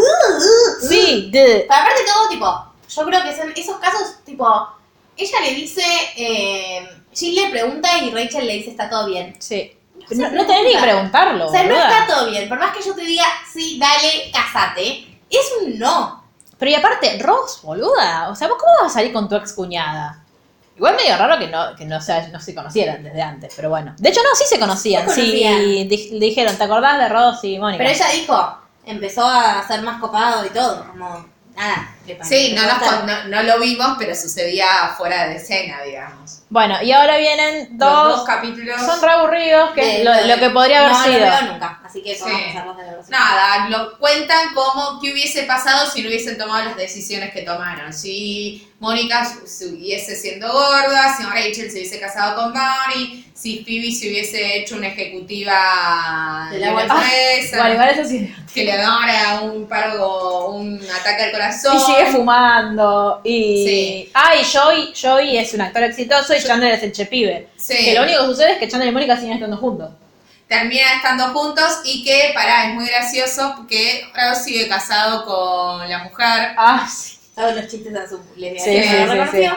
S1: sí, duh.
S3: Pero aparte todo, tipo, yo creo que son esos casos, tipo, ella le dice, eh, Jill le pregunta y Rachel le dice está todo bien.
S1: Sí. No, no tenés ni que preguntarlo.
S3: O sea, no
S1: boluda.
S3: está todo bien, por más que yo te diga, sí, dale, casate, es un no.
S1: Pero y aparte, Ross, boluda. O sea, ¿vos cómo vas a salir con tu ex cuñada? Igual medio raro que no, que no, se- no se conocieran desde antes, pero bueno. De hecho, no, sí se conocían.
S3: Se
S1: Sí,
S3: conocían.
S1: di- dijeron, ¿te acordás de Ross y Mónica?
S3: Pero ella dijo, empezó a ser más copado y todo, como, nada. le parece,
S2: Sí, no,
S3: le
S2: nos
S3: falta.
S2: con- no, no lo vimos, pero sucedía fuera de escena, digamos.
S1: Bueno, y ahora vienen
S2: Los
S1: dos.
S2: dos capítulos.
S1: son re aburridos, que es
S3: De-
S1: lo,
S3: de-
S1: lo que podría haber
S3: no,
S1: sido.
S3: No lo veo nunca, así que podemos
S2: Sí.
S3: pasarlos de verdad.
S2: Nada, lo cuentan como qué hubiese pasado si no hubiesen tomado las decisiones que tomaron. Si Mónica se hubiese siendo gorda, si Rachel se hubiese casado con Barry, si Phoebe se hubiese hecho una ejecutiva
S3: De
S2: de
S3: la
S2: la
S1: Ah,
S3: Guardia-
S2: empresa,
S1: Bueno, igual eso sí.
S2: que le dara un paro, un ataque al corazón.
S1: Y sigue fumando. Y.
S2: Sí.
S1: Ah, y Joey, Joey es un actor exitoso y Chandler es el chepibe.
S2: Sí.
S1: Que lo único que sucede es que Chandler y Mónica siguen estando juntos.
S2: termina estando juntos y que, pará, es muy gracioso porque Ross sigue casado con la mujer.
S1: Ah, sí.
S3: Todos los chistes a su lesbiana.
S1: Sí,
S3: ¿Lo
S1: sí, sí,
S3: reconoció?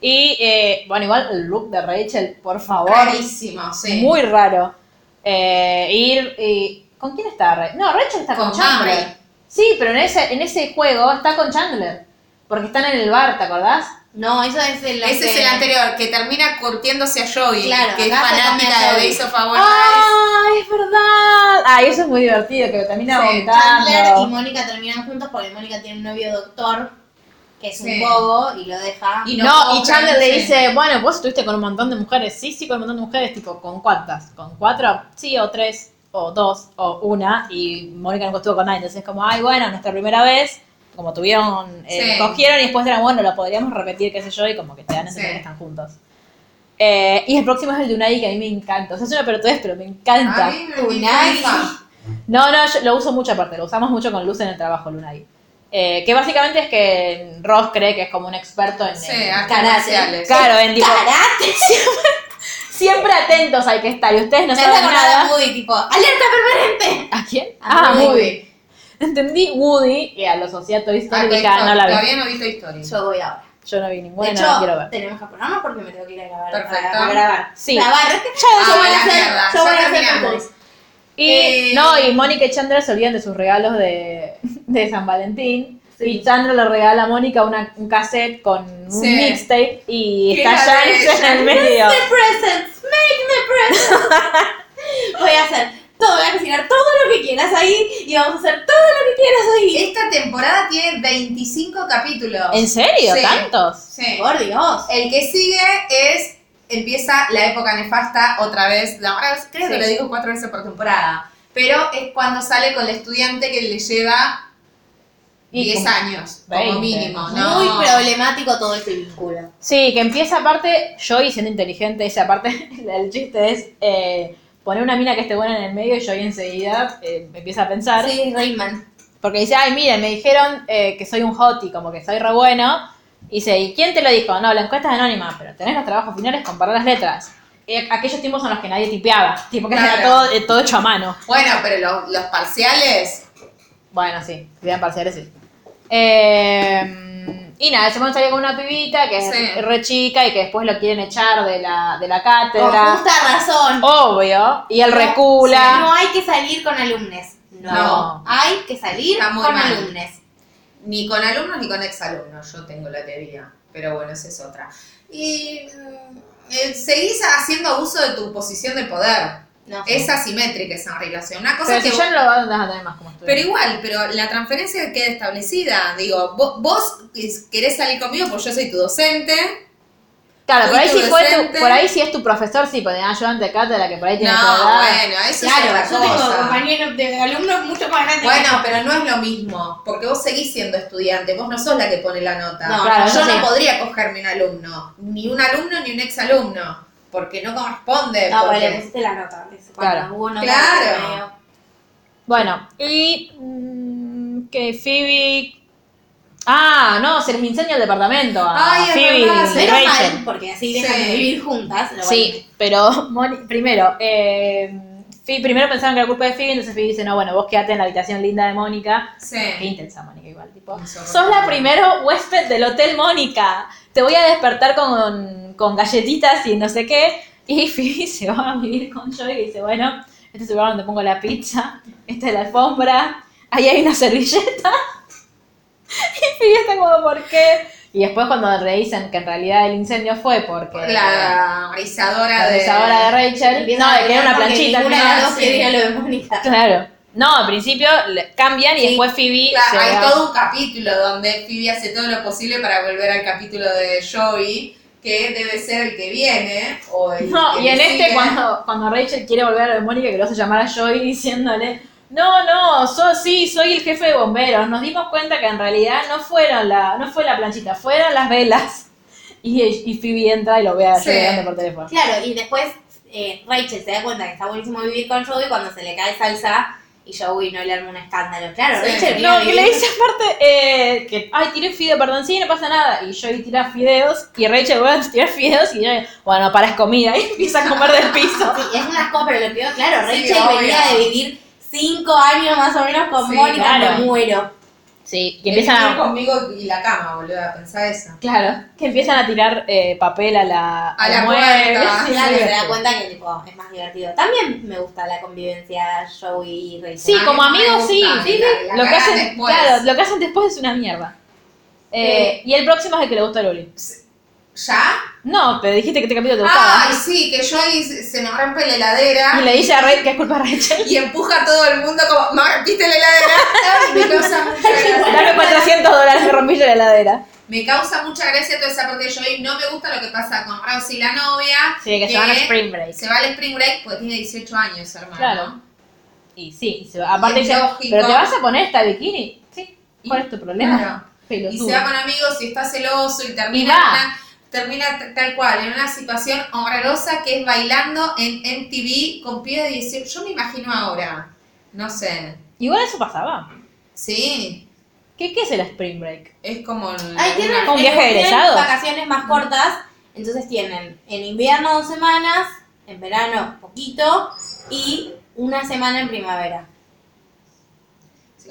S1: sí. Y eh, bueno, igual el look de Rachel, por favor.
S2: Rarísimo, sí.
S1: Muy raro. Eh, ir y- ¿Con quién está Rachel? No, Rachel está con,
S2: Con
S1: Chandler.
S2: Murray.
S1: Sí, pero en ese, en ese juego está con Chandler. Porque están en el bar, ¿te acordás?
S3: No, eso es el
S2: Ese es el anterior, que termina curtiéndose a Joey,
S3: Claro,
S2: que es
S3: acá se come a
S2: fanática de
S3: Joey.
S2: Days of Our Lives.
S1: ¡Ah! Es verdad. Ay, eso es muy divertido, que lo termina
S3: Chandler
S2: Sí,
S3: y
S1: vomitando.
S3: Mónica terminan juntos porque Mónica tiene un novio doctor que es
S2: Sí.
S3: un bobo y lo deja.
S2: Y
S1: no, y
S2: compran,
S1: Chandler le
S2: sí.
S1: dice, bueno, vos estuviste con un montón de mujeres. Sí, sí, con un montón de mujeres. Tipo, ¿con cuántas? ¿Con cuatro? Sí, o tres, o dos, o una. Y Mónica nunca estuvo con nadie. Entonces es como, ay, bueno, nuestra primera vez. Como tuvieron, eh,
S2: Sí.
S1: cogieron y después eran, bueno, lo podríamos repetir, qué sé yo. Y como que te dan a entender
S2: Sí.
S1: que están juntos. Eh, y el próximo es el de Unagi, que a mí me encanta. O sea, es una pelotudez, pero me encanta.
S2: A mí me
S3: Unagi.
S2: encanta.
S1: No, no, yo lo uso mucho aparte, lo usamos mucho con Luz en el trabajo, Lunay. Eh, que básicamente es que Ross cree que es como un experto en...
S2: Sí,
S1: en-
S2: artes
S3: Karate.
S2: marciales.
S1: claro, en tipo, (laughs)
S3: ¡Karate!
S1: siempre atentos hay que estar y ustedes no
S3: Me hace
S1: saben
S3: acordar a
S1: nada.
S3: Woody, tipo, ¡alerta permanente!
S1: ¿A quién?
S3: A
S1: ah,
S3: Woody.
S1: Woody. Entendí Woody y a los Sociato
S2: Ah, Toy
S1: Histórica
S2: Story.
S1: no la vi.
S2: Todavía no he visto historia.
S3: Yo voy ahora.
S1: Yo no vi ninguna,
S3: de
S1: no la
S3: hecho,
S1: quiero ver.
S3: tenemos que ponernos porque me tengo que ir a grabar.
S2: Perfecto.
S3: A, a grabar.
S1: Sí.
S3: Grabar.
S2: Ah,
S3: yo voy
S2: la
S3: a hacer,
S2: mierda,
S3: yo voy
S2: ya
S3: a hacer
S2: terminamos.
S3: cosas.
S1: Y
S2: Eh,
S1: no, y Mónica y Chandler se olvidan de sus regalos de, de San Valentín. Y Chandler le regala a Mónica una- un cassette con un
S2: Sí.
S1: mixtape y
S2: Que
S1: está
S2: la de
S1: James en el medio.
S3: Make me presents, make me
S1: (laughs)
S3: presents. Voy a hacer todo, voy a cocinar todo lo que quieras ahí y vamos a hacer todo lo que quieras ahí.
S2: Esta temporada tiene 25 capítulos.
S1: ¿En serio?
S2: Sí.
S1: ¿Tantos?
S2: Sí.
S3: Por Dios.
S2: El que sigue es. Empieza la época nefasta otra vez. La- Ahora creo que
S1: Sí.
S2: lo digo cuatro veces por temporada. Pero es cuando sale con el estudiante que le lleva
S1: Y
S2: 10
S1: como
S2: años,
S1: 20.
S2: como mínimo. ¿no?
S3: Muy problemático todo este vínculo.
S1: Sí, que empieza aparte, Joey siendo inteligente, esa parte, (laughs) el chiste es eh, poner una mina que esté buena en el medio y Joey enseguida eh, empieza a pensar.
S3: Sí, Rayman.
S1: Porque dice, ay, miren, me dijeron eh, que soy un hottie, como que soy re bueno. Y dice, ¿y quién te lo dijo? No, la encuesta es anónima, pero tenés los trabajos finales, comparar las letras. Eh, aquellos tiempos en los que nadie tipeaba, tipo que era
S2: Claro.
S1: todo, eh, todo hecho a mano.
S2: Bueno, pero los, los parciales.
S1: Bueno, sí, serían parciales, sí. Eh, y nada, ese momento salió con una pibita que es
S2: Sí.
S1: re chica y que después lo quieren echar de la, de la
S3: Con
S1: cátedra.
S3: justa razón.
S1: Obvio. Y él
S3: No, No
S1: recula.
S3: hay que salir con alumnos. No.
S1: No.
S3: Hay que salir
S2: Está muy
S3: con
S2: mal.
S3: alumnos.
S2: Ni con alumnos ni con exalumnos, yo tengo la teoría. Pero bueno, esa es otra. Y mm, eh, seguís haciendo abuso de tu posición de poder.
S3: No.
S2: Es asimétrica esa relación. Una cosa
S1: Pero
S2: que
S1: si ya no lo vas a tener más como estudiante.
S2: Pero igual, pero la transferencia queda establecida. Digo, vo- vos, es- querés salir conmigo porque yo soy tu docente.
S1: Claro, por ahí,
S2: Fuiste
S1: sí fue tu,
S2: docente.
S1: por ahí sí es tu profesor, sí, porque tenés ayudante de cátedra que por ahí tiene
S2: no,
S1: tu edad.
S2: bueno, eso
S3: Claro,
S2: es
S3: yo
S2: otra
S3: tengo
S2: cosa.
S3: compañeros de alumnos mucho más grandes.
S2: Bueno,
S3: que yo.
S2: pero no es lo mismo, porque vos seguís siendo estudiante, vos no sos la que pone la nota.
S3: No,
S1: claro,
S2: yo
S1: eso
S2: no
S1: sí.
S2: podría cogerme un alumno, ni un alumno ni un exalumno, porque no corresponde.
S3: Ah, bueno,
S2: porque-
S3: le pusiste la nota. es cuando
S1: Claro.
S3: hubo nota
S2: Claro.
S3: de medio.
S1: Bueno, y mm, que Phoebe... Ah, no, se les incendia el departamento a
S2: Ay, es
S1: Phoebe
S2: verdad,
S1: y
S3: Menos
S1: Rachel.
S3: mal, porque así dejan
S2: Ah, Sí.
S3: de vivir juntas. lo
S1: Sí, pero (laughs) Moni- primero, eh, Phoebe- primero pensaron que era culpa de Phoebe, entonces Phoebe dice, no, bueno, vos quedate en la habitación linda de Mónica. Qué
S2: Sí.
S1: intensa Mónica igual, tipo.
S2: Eso,
S1: Sos la primera huésped del Hotel Mónica. Te voy a despertar con, con galletitas y no sé qué. Y (laughs) Phoebe se va a vivir con Joey y dice, bueno, este es el lugar donde pongo la pizza, esta es la alfombra, ahí hay una servilleta. (laughs) Y Phoebe está como, ¿por qué? Y después cuando revisan que en realidad el incendio fue porque
S2: La risadora
S1: la
S2: de...
S1: abusadora Ah, de Rachel.
S3: Empiezan
S1: No,
S3: a
S1: de que era una
S3: pelear porque
S1: planchita.
S3: Ninguna de
S1: claro.
S3: las dos
S2: sí.
S3: quería lo de Mónica.
S1: Claro. No, al principio le- cambian y
S2: Sí,
S1: después Phoebe
S2: Claro,
S1: se
S2: hay
S1: va-
S2: todo un capítulo donde Phoebe hace todo lo posible para volver al capítulo de Joey, que debe ser el que viene. O el
S1: No,
S2: que
S1: y en
S2: le
S1: este
S2: sigue.
S1: cuando, cuando Rachel quiere volver a lo de Mónica, que lo hace llamar a Joey diciéndole, no, no, so, sí, soy el jefe de bomberos. Nos dimos cuenta que en realidad no fueron la, no fue la planchita, fueron las velas. (laughs) Y, y Phoebe entra y lo ve a
S2: Sí.
S1: Joey hablando por teléfono.
S3: Claro, y después eh, Rachel se da cuenta que está buenísimo vivir con Joey cuando se le cae salsa y Joey no le arma un escándalo. Claro,
S2: Sí.
S3: Rachel
S1: No, que
S3: vive
S1: le
S3: viviendo-
S1: dice aparte eh, que, ay, tiré fideo, perdón, sí, no pasa nada. Y Joey tira fideos y Rachel vuelve a tirar fideos y yo, bueno, para es comida (laughs) y empieza a comer del piso.
S3: Sí, es un asco, pero lo peor, claro,
S2: Sí,
S3: Rachel
S2: obvio.
S3: venía de vivir cinco años más o menos con
S2: Sí,
S3: Mónica,
S1: claro. Ah,
S3: me muero.
S1: Sí, que
S2: El
S1: empiezan
S2: vivir
S1: a,
S2: conmigo y la cama, boludo, a pensar eso.
S1: claro, que empiezan a tirar eh, papel a la,
S2: A la puerta.
S1: (laughs) sí,
S3: Claro,
S1: sí.
S3: se da cuenta que tipo, es más divertido. También me gusta la convivencia Joey y Rachel.
S1: Sí,
S2: A mí
S1: como
S2: no me
S1: amigos
S2: gusta,
S1: sí,
S2: la-
S1: sí,
S2: la
S1: lo que
S2: cagan
S1: hacen,
S2: después.
S1: claro, lo que hacen después es una mierda. Eh, Y el próximo es el que le gusta a Loli.
S2: ¿Ya?
S1: No, pero dijiste que este capítulo te
S2: Ah,
S1: gustaba.
S2: Ay, sí, que Joey se se me rompe la heladera.
S1: y le dice a Rachel que es culpa de Rachel.
S2: (laughs) y empuja a todo el mundo como, me rompiste la heladera. Ay, me causa mucha
S1: (laughs) Dame
S2: gracia.
S1: 400 dólares, me rompí yo la heladera.
S2: Me causa mucha gracia toda esa parte de Joey. No me gusta lo que pasa con Rouse y la novia.
S1: Sí, que se van a Spring Break.
S2: Se va al Spring Break porque tiene 18 años, hermano.
S1: Claro. Y sí, se va- aparte
S2: Y
S1: dice,
S2: lógico.
S1: ¿pero te vas a poner esta bikini? Sí. ¿Cuál es tu problema?
S2: Claro.
S1: Pelotudo.
S2: Y se va con amigos y está celoso y termina,
S1: Y va.
S2: en una- termina t- tal cual, en una situación horrorosa que es bailando en MTV con pibes de 18. Yo me imagino ahora. No sé.
S1: Igual eso pasaba.
S2: Sí,
S1: ¿Qué, qué es el spring break?
S2: es como. el-
S3: Ay, Ah, tienen
S1: ¿Un viaje de
S3: tienen
S1: egresados?
S3: vacaciones más cortas, entonces tienen en invierno dos semanas, en verano poquito y una semana en primavera.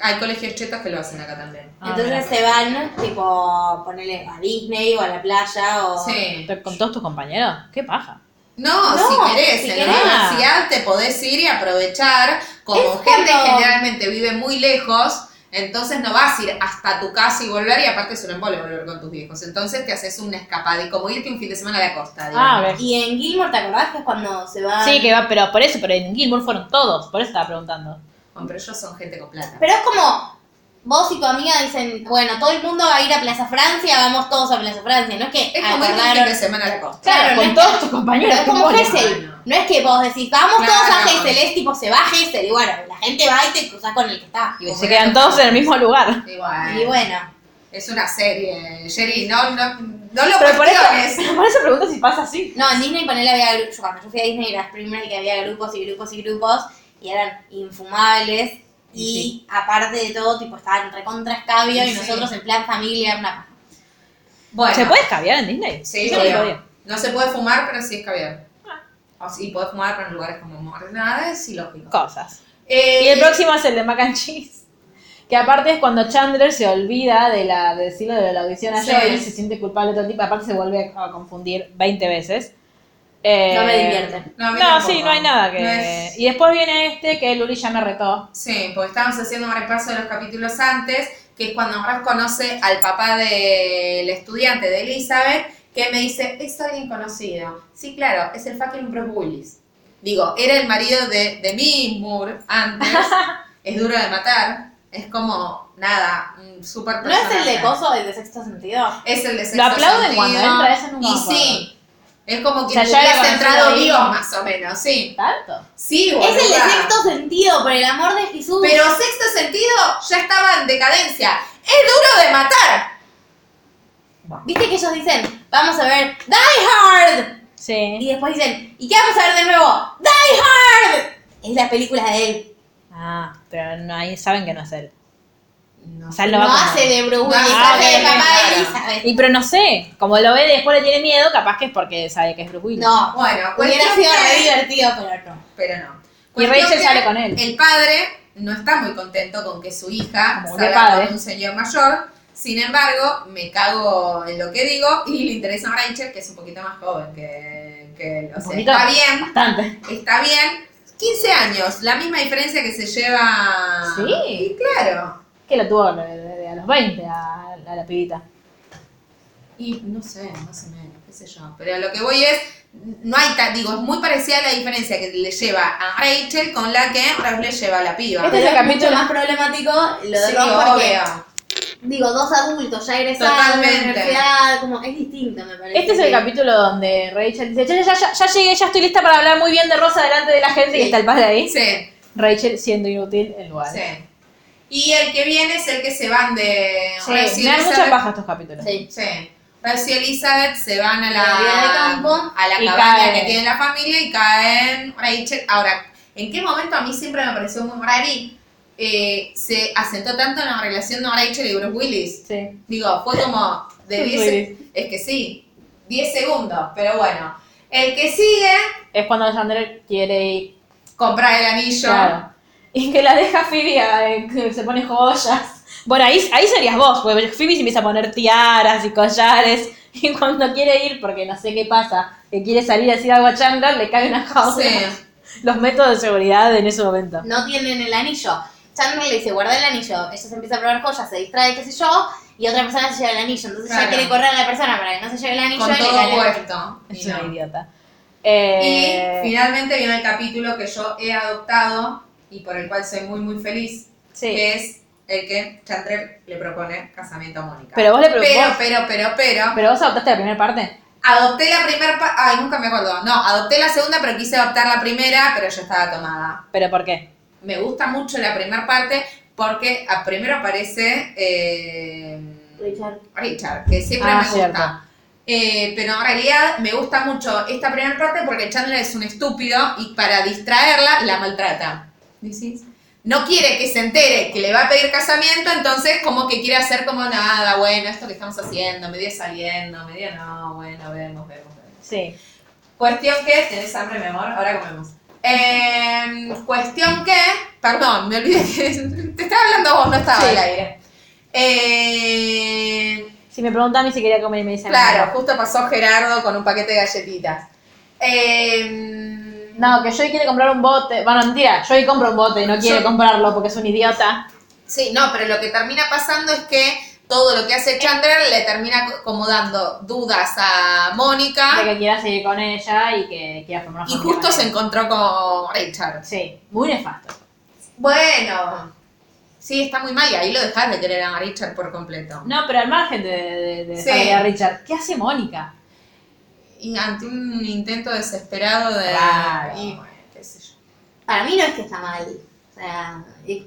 S2: Hay colegios chetos que lo hacen acá también.
S1: Ah,
S3: entonces
S1: mira.
S3: se van, tipo, ponerle a Disney o a la playa o...
S2: Sí.
S1: ¿Pero ¿Con todos tus compañeros? ¿Qué paja?
S2: No,
S3: No,
S2: si querés,
S3: si
S2: en
S3: querés.
S2: la universidad te podés ir y aprovechar. Como
S3: Es
S2: gente
S3: cuando-
S2: generalmente vive muy lejos, Entonces no vas a ir hasta tu casa y volver, y aparte es un embole volver con tus viejos. Entonces te haces una escapada, y como irte un fin de semana a la costa,
S1: Ah,
S2: digamos.
S1: a ver.
S3: Y en Gilmore, ¿te acordás que es cuando se va?
S1: Sí, que va, pero por eso, pero en Gilmore fueron todos, por eso estaba preguntando.
S2: Bueno, pero ellos son gente con plata.
S3: Pero es como vos y tu amiga dicen, bueno, todo el mundo va a ir a Plaza Francia, vamos todos a Plaza Francia. No es que
S2: Es como irte un fin de semana a la costa.
S3: Claro, no
S1: con
S3: es-
S1: todos tus compañeros.
S3: Pero es como
S1: ¿cómo no?
S3: Gessel.
S2: Bueno.
S3: No es que vos decís, vamos
S2: Claro.
S3: todos a Gessel, es tipo, se va a Gessel. Y bueno, la gente va y te cruzas con el que está.
S2: Y vos
S1: Se quedan todos en el mismo lugar.
S2: Igual.
S3: Y bueno,
S2: Es una serie. Jerry, no, no, no lo
S1: Pero por
S2: cuestiones.
S1: eso, (laughs) por eso pregunto si pasa así.
S3: no, en Disney ponele había grupos. Yo cuando yo fui a Disney era las primeras que había grupos y grupos y grupos y eran infumables. Y aparte de todo, tipo, estaban recontra escabio y
S2: Sí.
S3: nosotros en plan familia, una paja.
S2: Bueno.
S1: ¿Se puede escabiar en Disney?
S2: Sí,
S1: Eso lo digo
S2: obvio.
S1: bien. Ah.
S2: No se puede fumar, pero sí es caviar. O sí, podés fumar, pero en lugares como Nada es ilógico.
S1: Cosas.
S2: Eh,
S1: Y el próximo es el de Mac and Cheese. Que aparte es cuando Chandler se olvida de, la, de decirlo de la audición a
S2: Sí.
S1: Joey y se siente culpable todo el tiempo. Aparte se vuelve a confundir 20 veces. Eh,
S3: No me divierte.
S2: No, a mí
S1: No,
S2: tampoco.
S1: sí, no hay nada que...
S2: No es-
S1: Y después viene este que Luli ya me retó.
S2: Sí, porque estábamos haciendo un repaso de los capítulos antes, que es cuando Ross conoce al papá del estudiante de Elizabeth, que me dice, es alguien conocido. Sí, claro, es el fucking Bruce Willis. Digo, era el marido de, de Miss Moore
S1: (laughs)
S2: antes, es duro de matar, es como, nada, un super
S3: ¿No es el de
S2: personaje.
S3: Coso, el de sexto sentido?
S2: Es el de sexto
S1: Lo aplauden
S2: sentido.
S1: cuando entra, eso nunca
S2: Y
S1: me acuerdo.
S2: sí, es como que
S1: O sea, ya era
S2: hubiese
S1: conocido
S2: entrado
S1: ahí.
S2: vivo, más o menos, sí.
S1: ¿Tanto?
S2: Sí,
S3: Es el de
S2: boluda.
S3: sexto sentido, por el amor de Jesús.
S2: Pero sexto sentido ya estaba en decadencia. Es duro de matar.
S3: Viste que ellos dicen, vamos a ver Die Hard.
S1: Sí.
S3: Y después dicen, ¿y qué vamos a ver de nuevo? Die Hard. Es la película de él.
S1: Ah, pero no, ahí saben que no es él.
S2: No
S1: O sea, él Ah,
S3: No,
S1: lo va a
S3: hace
S1: comer.
S3: de Bruce Willis,
S2: Ah,
S3: hace de
S2: ok,
S3: papá de
S2: claro.
S3: Elizabeth.
S1: Y pero no sé, como lo ve y después le tiene miedo, capaz que es porque sabe que es Bruce Willis.
S3: No,
S2: Bueno,
S3: hubiera
S2: cuestión
S3: sido
S2: que-
S3: re divertido, pero no.
S2: Pero no.
S1: Y
S2: Cuestión
S1: Rachel
S2: que
S1: sale con él.
S2: El padre no está muy contento con que su hija
S1: Como de
S2: salga
S1: padre.
S2: con un señor mayor. Sin embargo, me cago en lo que digo y le interesa a Rachel, que es un poquito más joven que, que él. O
S1: Un
S2: sea,
S1: poquito.
S2: está bien,
S1: Bastante.
S2: Está bien. 15 años, la misma diferencia que se lleva.
S1: Sí.
S2: claro.
S1: Que lo tuvo de- de- de a los 20 a, a la pibita.
S2: Y no sé, más o menos, qué sé yo. Pero a lo que voy es. No hay ta- digo, es muy parecida la diferencia que le lleva a Rachel con la que Ross le lleva a la piba.
S1: Este es el
S3: Pero
S1: capítulo-
S3: mucho más problemático lo de
S2: Sí,
S3: Ron porque,
S2: obvio.
S3: digo, dos adultos ya egresados de la
S2: Totalmente.
S3: universidad, como es distinto, me parece.
S1: Este es el
S3: que-
S1: capítulo donde Rachel dice, ya, ya, ya, ya llegué, ya estoy lista para hablar muy bien de Rosa delante de la gente y
S2: Sí.
S1: está el padre ahí.
S2: Sí,
S1: Rachel siendo inútil en lugar. Sí,
S2: sí. Y el que viene es el que se van de. Ross y
S1: me dan mucha
S2: Elizabeth.
S1: paja estos capítulos.
S3: Sí.
S2: Sí. Ross y Elizabeth se van a la,
S3: La vida de campo
S2: a la
S1: y
S2: cabaña
S1: caen.
S2: que tiene la familia y caen Rachel. Ahora, ¿en qué momento a mí siempre me pareció muy rari? eh, se asentó tanto en la relación de Rachel y Bruce Willis.
S1: Sí.
S2: Digo, fue como
S1: (laughs)
S2: de
S1: Bruce
S2: 10 Es que sí, 10 segundos, pero bueno. El que sigue,
S1: Es cuando Chandler quiere ir.
S2: comprar el anillo.
S1: Claro. Y que la deja Phoebe, a- eh, que se pone joyas. Bueno, ahí, ahí serías vos, porque Phoebe se empieza a poner tiaras y collares. Y cuando quiere ir, porque no sé qué pasa, que quiere salir a decir algo a Chandler, le cae una jaula.
S2: Sí.
S1: Los métodos de seguridad en ese momento.
S3: no tienen el anillo. Chandler le dice, guarda el anillo. Ella se empieza a probar joyas, se distrae, qué sé yo, y otra persona se lleva el anillo. Entonces
S2: Claro.
S3: ya quiere correr a la persona para que no se lleve el anillo.
S2: Con
S3: y le cae
S2: todo
S3: la-
S2: puesto.
S1: Es
S2: Y no.
S1: una idiota.
S2: Y
S1: Eh,
S2: finalmente viene el capítulo que yo he adoptado y por el cual soy muy muy feliz,
S1: sí.
S2: que es el que Chandler le propone casamiento a Mónica.
S1: Pero vos le pro-
S2: pero,
S1: vos-
S2: pero, pero, pero,
S1: Pero vos adoptaste la primera parte.
S2: adopté la primera, ay, nunca me acuerdo, no, adopté la segunda, pero quise adoptar la primera, pero ya estaba tomada.
S1: ¿Pero por qué?
S2: Me gusta mucho la primera parte porque a primero aparece eh,
S3: Richard.
S2: Richard, que siempre
S1: Ah,
S2: me gusta.
S1: cierto.
S2: Eh, pero en realidad me gusta mucho esta primera parte porque Chandler es un estúpido y para distraerla la maltrata. ¿Decís? No quiere que se entere que le va a pedir casamiento, entonces como que quiere hacer como nada, bueno, esto que estamos haciendo, medio saliendo, medio no, bueno, vemos, vemos, vemos.
S1: Sí.
S2: Cuestión que, ¿tenés hambre, mi amor? Ahora comemos. Eh, cuestión que, perdón, me olvidé que (laughs) te estaba hablando vos, no estaba
S1: Sí.
S2: al aire. Eh,
S1: Si me preguntan a mí si quería comer y me dicen
S2: claro, justo pasó Gerardo con un paquete de galletitas. Eh,
S1: No, que Joey quiere comprar un bote. Bueno, mentira, Joey compra un bote y no quiere
S2: Yo-
S1: comprarlo porque es un idiota.
S2: Sí, no, pero lo que termina pasando es que todo lo que hace Chandler le termina como dando dudas a
S1: De
S2: Mónica
S1: que quiera seguir con ella y que quiera formar una
S2: Ah. y
S1: familia
S2: justo
S1: con
S2: se
S1: ella.
S2: encontró con Richard.
S1: Sí, muy nefasto.
S2: Bueno, sí, está muy mal y ahí lo dejas de querer a Richard por completo.
S1: No, pero al margen de, de, de
S2: Sí.
S1: dejarle a Richard, ¿qué hace Mónica?
S2: Y ante un intento desesperado de...
S1: Claro.
S2: y, bueno, qué sé yo.
S3: Para mí no es que está mal. O sea, es-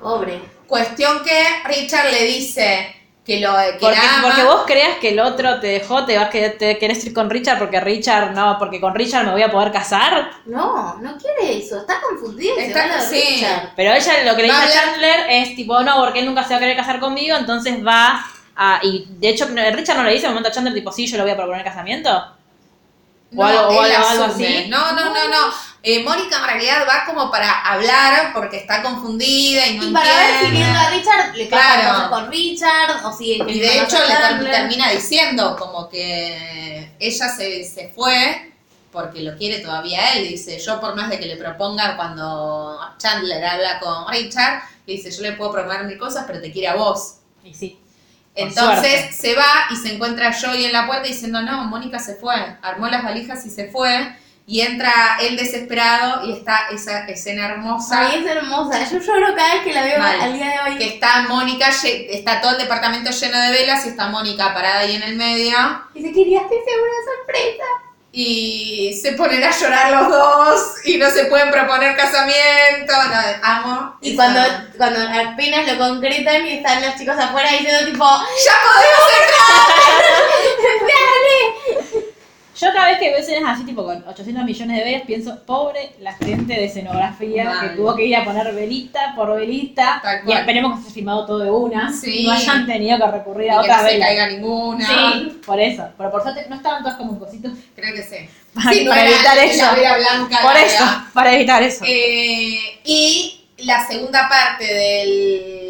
S3: pobre.
S2: Cuestión que Richard le dice que lo que
S1: Porque,
S2: la ama.
S1: porque vos creas que el otro te dejó, te vas que te querés ir con Richard porque Richard no, porque con Richard me voy a poder casar.
S3: No, no quiere eso. Está confundida. y se
S2: Está-
S3: va a la
S2: sí.
S3: Richard.
S1: Pero ella lo que le
S2: Va
S1: dice
S2: a
S1: a
S2: hablar-
S1: Chandler es tipo, no, porque él nunca se va a querer casar conmigo, entonces va a. Y de hecho, no, Richard no le dice en el momento a Chandler, tipo, sí, yo le voy a proponer casamiento. O
S2: No,
S1: algo- o
S2: él
S1: algo- algo
S2: asume.
S1: así.
S2: No, no, no, no. Eh, Mónica en realidad va como para hablar porque está confundida y no
S3: Y para ver si
S2: entiende.
S3: viendo a Richard le pasa
S2: Claro.
S3: cosas con Richard o si es que
S2: Y
S3: le
S2: de hecho
S3: pasa
S2: le ter-
S3: Chandler.
S2: termina diciendo como que ella se, se fue porque lo quiere todavía él. Dice, yo por más de que le proponga cuando Chandler habla con Richard, le dice, yo le puedo proponer mil cosas, pero te quiere a vos.
S1: Y sí. Con suerte.
S2: Entonces se va y se encuentra Joey en la puerta diciendo, no, Mónica se fue, armó las valijas y se fue. Y entra él desesperado y está esa escena hermosa.
S3: Ay, es hermosa. Yo lloro cada vez que la veo
S2: Mal.
S3: al día de hoy.
S2: Que está Mónica, lle- está todo el departamento lleno de velas y está Mónica parada ahí en el medio.
S3: Y se quería hacer una sorpresa.
S2: Y se ponen a llorar los dos y no se pueden proponer casamiento. No, amo.
S3: Y
S2: esa-
S3: cuando, cuando apenas lo concretan y están los chicos afuera diciendo tipo, (laughs)
S2: ¡Ya podemos entrar!
S3: ¡Dale!
S1: Yo cada vez que veo escenas así, tipo con 800 millones de velas, pienso, pobre la gente de escenografía
S2: Mal.
S1: que tuvo que ir a poner velita por velita.
S2: Tal
S1: Y
S2: cual.
S1: esperemos que se haya filmado todo de una.
S2: Sí.
S1: y No hayan tenido que recurrir a
S2: Y que no
S1: otras
S2: se
S1: velas.
S2: caiga ninguna.
S1: Sí, por eso. Pero por suerte no estaban todas como en cositos.
S2: Creo que sí.
S1: (laughs) Para,
S2: Sí, no
S1: para
S2: era
S1: evitar
S2: la
S1: eso.
S2: vela blanca,
S1: Por
S2: la
S1: eso,
S2: vela-
S1: para evitar eso.
S2: Eh, y la segunda parte del...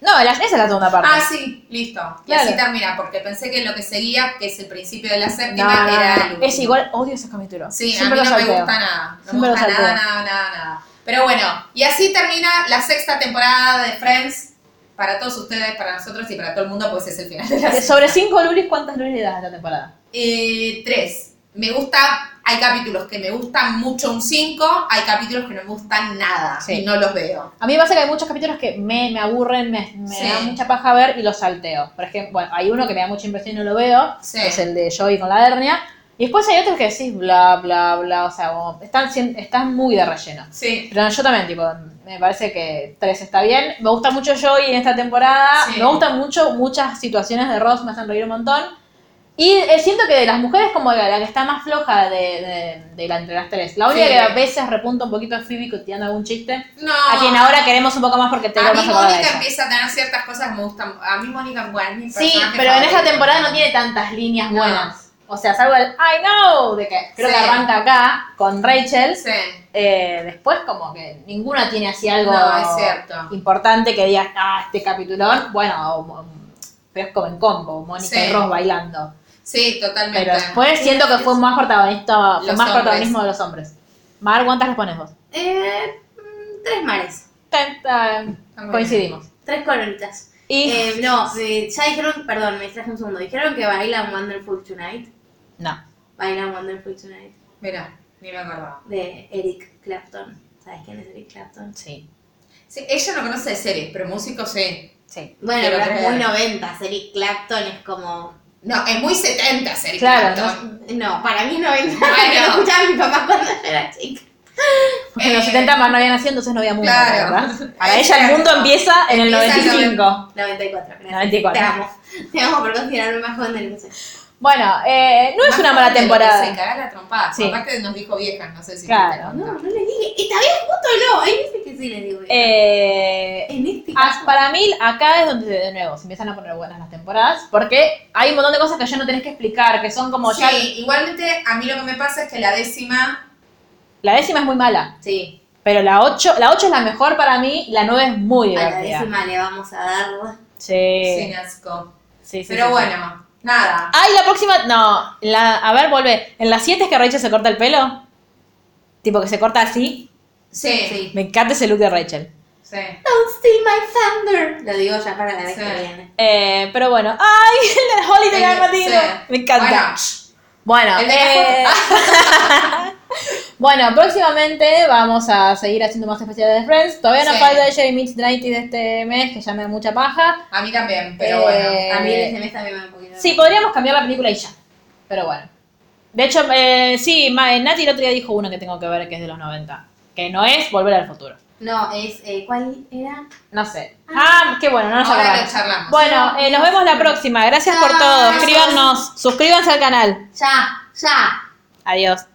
S1: No, la- esa es la segunda parte.
S2: Ah, sí, listo. Y
S1: Claro.
S2: así termina, porque pensé que lo que seguía, que es el principio de la
S1: No,
S2: séptima,
S1: no,
S2: era
S1: no.
S2: el último.
S1: Es igual, odio esos capítulos.
S2: Sí,
S1: Siempre
S2: a mí
S1: los
S2: no me
S1: salteo.
S2: gusta nada. No
S1: Siempre
S2: me
S1: lo
S2: gusta nada,
S1: salteo.
S2: nada, nada, nada. Pero bueno, y así termina la sexta temporada de Friends. Para todos ustedes, para nosotros y para todo el mundo, pues es el final (laughs) de la
S1: Eh, (laughs) Sobre 5 lulis, ¿cuántas lulis le das a esta temporada?
S2: Eh, tres. Me gusta, hay capítulos que me gustan mucho un 5, hay capítulos que no me gustan nada
S1: Sí.
S2: y no los veo.
S1: A mí me pasa que hay muchos capítulos que me, me aburren, me, me
S2: Sí.
S1: da mucha paja ver y los salteo. Por ejemplo, bueno, hay uno que me da mucha impresión y no lo veo,
S2: Sí.
S1: que es el de Joey con la hernia. Y después hay otros que decís bla, bla, bla, o sea, como están, sien- están muy de relleno.
S2: Sí.
S1: Pero yo también, tipo, me parece que tres está bien. Me gusta mucho Joey en esta temporada.
S2: Sí.
S1: Me gustan mucho, muchas situaciones de Ross me hacen reír un montón. Y eh, siento que de las mujeres, como la, la que está más floja de, de- de la, entre las tres. La única
S2: Sí.
S1: que a veces repunta un poquito es Phoebe tirando algún chiste.
S2: No.
S1: A quien ahora queremos un poco más porque tengo
S2: Ah. A mí
S1: más acordada de
S2: Mónica
S1: ella.
S2: empieza a tener ciertas cosas que me gustan. A mí Mónica bueno, es mi
S1: Sí,
S2: personaje
S1: pero en esta
S2: favorito.
S1: temporada no tiene tantas líneas
S2: No.
S1: buenas. O sea, salvo el I know, de que creo
S2: Sí.
S1: que arranca acá con Rachel.
S2: Sí.
S1: Eh, después como que ninguna tiene así algo
S2: No, es cierto.
S1: importante que digas, ah, este capitulón, bueno, o mo- pero es como en combo, Mónica
S2: Sí.
S1: y Ross bailando.
S2: Sí, totalmente.
S1: Pero después siento que fue más protagonista, fue
S2: Los
S1: más
S2: hombres.
S1: protagonismo de los hombres. Mar, ¿cuántas les pones vos?
S3: Eh, mm, tres mares.
S1: Ten- eh,
S2: También.
S1: Coincidimos.
S3: Tres coronitas.
S1: Y
S3: Eh, no, eh, ya dijeron, perdón, me distraje un segundo. Dijeron que bailan Wonderful Tonight.
S1: no.
S3: Bailan Wonderful Tonight
S2: Mira, ni me acordaba.
S3: de Eric Clapton. ¿Sabes quién es Eric Clapton?
S1: Sí.
S2: Sí, ella no conoce de series, pero músicos sí.
S1: Sí.
S3: Bueno,
S2: Pero
S3: pero
S2: claro.
S3: es muy 90. Eric Clapton es como.
S2: No, es muy 70 series.
S1: Claro,
S3: No, para mí es 90.
S2: Bueno.
S3: (laughs) porque lo escuchaba a mi papá cuando yo era chica.
S1: Porque en los
S2: Eh,
S1: 70 Mar no había nacido, entonces no había mundo,
S2: claro. (laughs)
S1: ¿verdad? Para ella el mundo
S2: Exacto.
S1: empieza en el
S2: Empieza en el
S1: 95.
S3: 94, gracias.
S1: 94.
S3: Te amo. Te amo por considerarme más joven de lo que soy.
S1: Bueno, eh, no es una mala temporada.
S2: Se cagá la trompada.
S1: Sí.
S2: Aparte nos dijo viejas, no sé si
S1: Claro.
S2: te
S3: Ah, No,
S2: conté.
S3: no les dije. Esta vez justo no. Él dice que sí les digo.
S1: Eh,
S3: en este
S1: Ah,
S3: caso.
S1: para mí, acá es donde de nuevo se empiezan a poner buenas las temporadas, porque hay un montón de cosas que ya no tenés que explicar, que son como
S2: sí,
S1: ya.
S2: igualmente a mí lo que me pasa es que la décima.
S1: La décima es muy mala,
S3: Sí.
S1: pero la 8 la ocho es la mejor para mí, la 9 es muy
S3: A la
S1: divertida.
S3: décima le vamos a dar.
S2: Ah, Sí,
S1: Sí.
S2: asco.
S1: Eh. sí, sí,
S2: Pero
S1: sí, sí.
S2: bueno, nada.
S1: Ay, la próxima. No, la, a ver, vuelve. ¿En la 7 es que Rachel se corta el pelo? Tipo que se corta así.
S2: Sí.
S3: Sí.
S1: Me encanta ese look de Rachel.
S2: sí. Sí.
S3: Don't steal my thunder. Lo digo ya para la vez
S2: Sí.
S3: que viene.
S1: Eh, pero bueno. ¡Ay! (laughs) El de Holiday
S2: El-
S1: Armadillo.
S2: sí.
S1: Me encanta.
S2: Bueno.
S1: Bueno,
S2: El de la
S1: eh, (laughs) bueno, próximamente vamos a seguir haciendo más especiales de Friends. Todavía no
S2: Sí.
S1: falta el Jerry Meets Nighty de este mes, que ya me da mucha paja.
S2: A mí también, pero
S1: Eh,
S2: bueno.
S3: A mí
S1: Eh,
S3: el SMS también me da un poquito. de-
S1: Sí, podríamos cambiar la película y ya. Pero bueno. De hecho, eh, sí, Ma- eh, Nati el otro día dijo uno que tengo que ver, que es de los 90. Que no es Volver al Futuro.
S3: No, es. eh, ¿Cuál era?
S1: No sé. Ah, qué bueno, no nos
S2: Ahora lo
S1: acordamos.
S2: charlamos.
S1: Bueno, eh, nos vemos la próxima. Gracias por
S3: Chao.
S1: todo. Escríbanos. Suscríbanse al canal.
S3: Ya, ya.
S1: Adiós.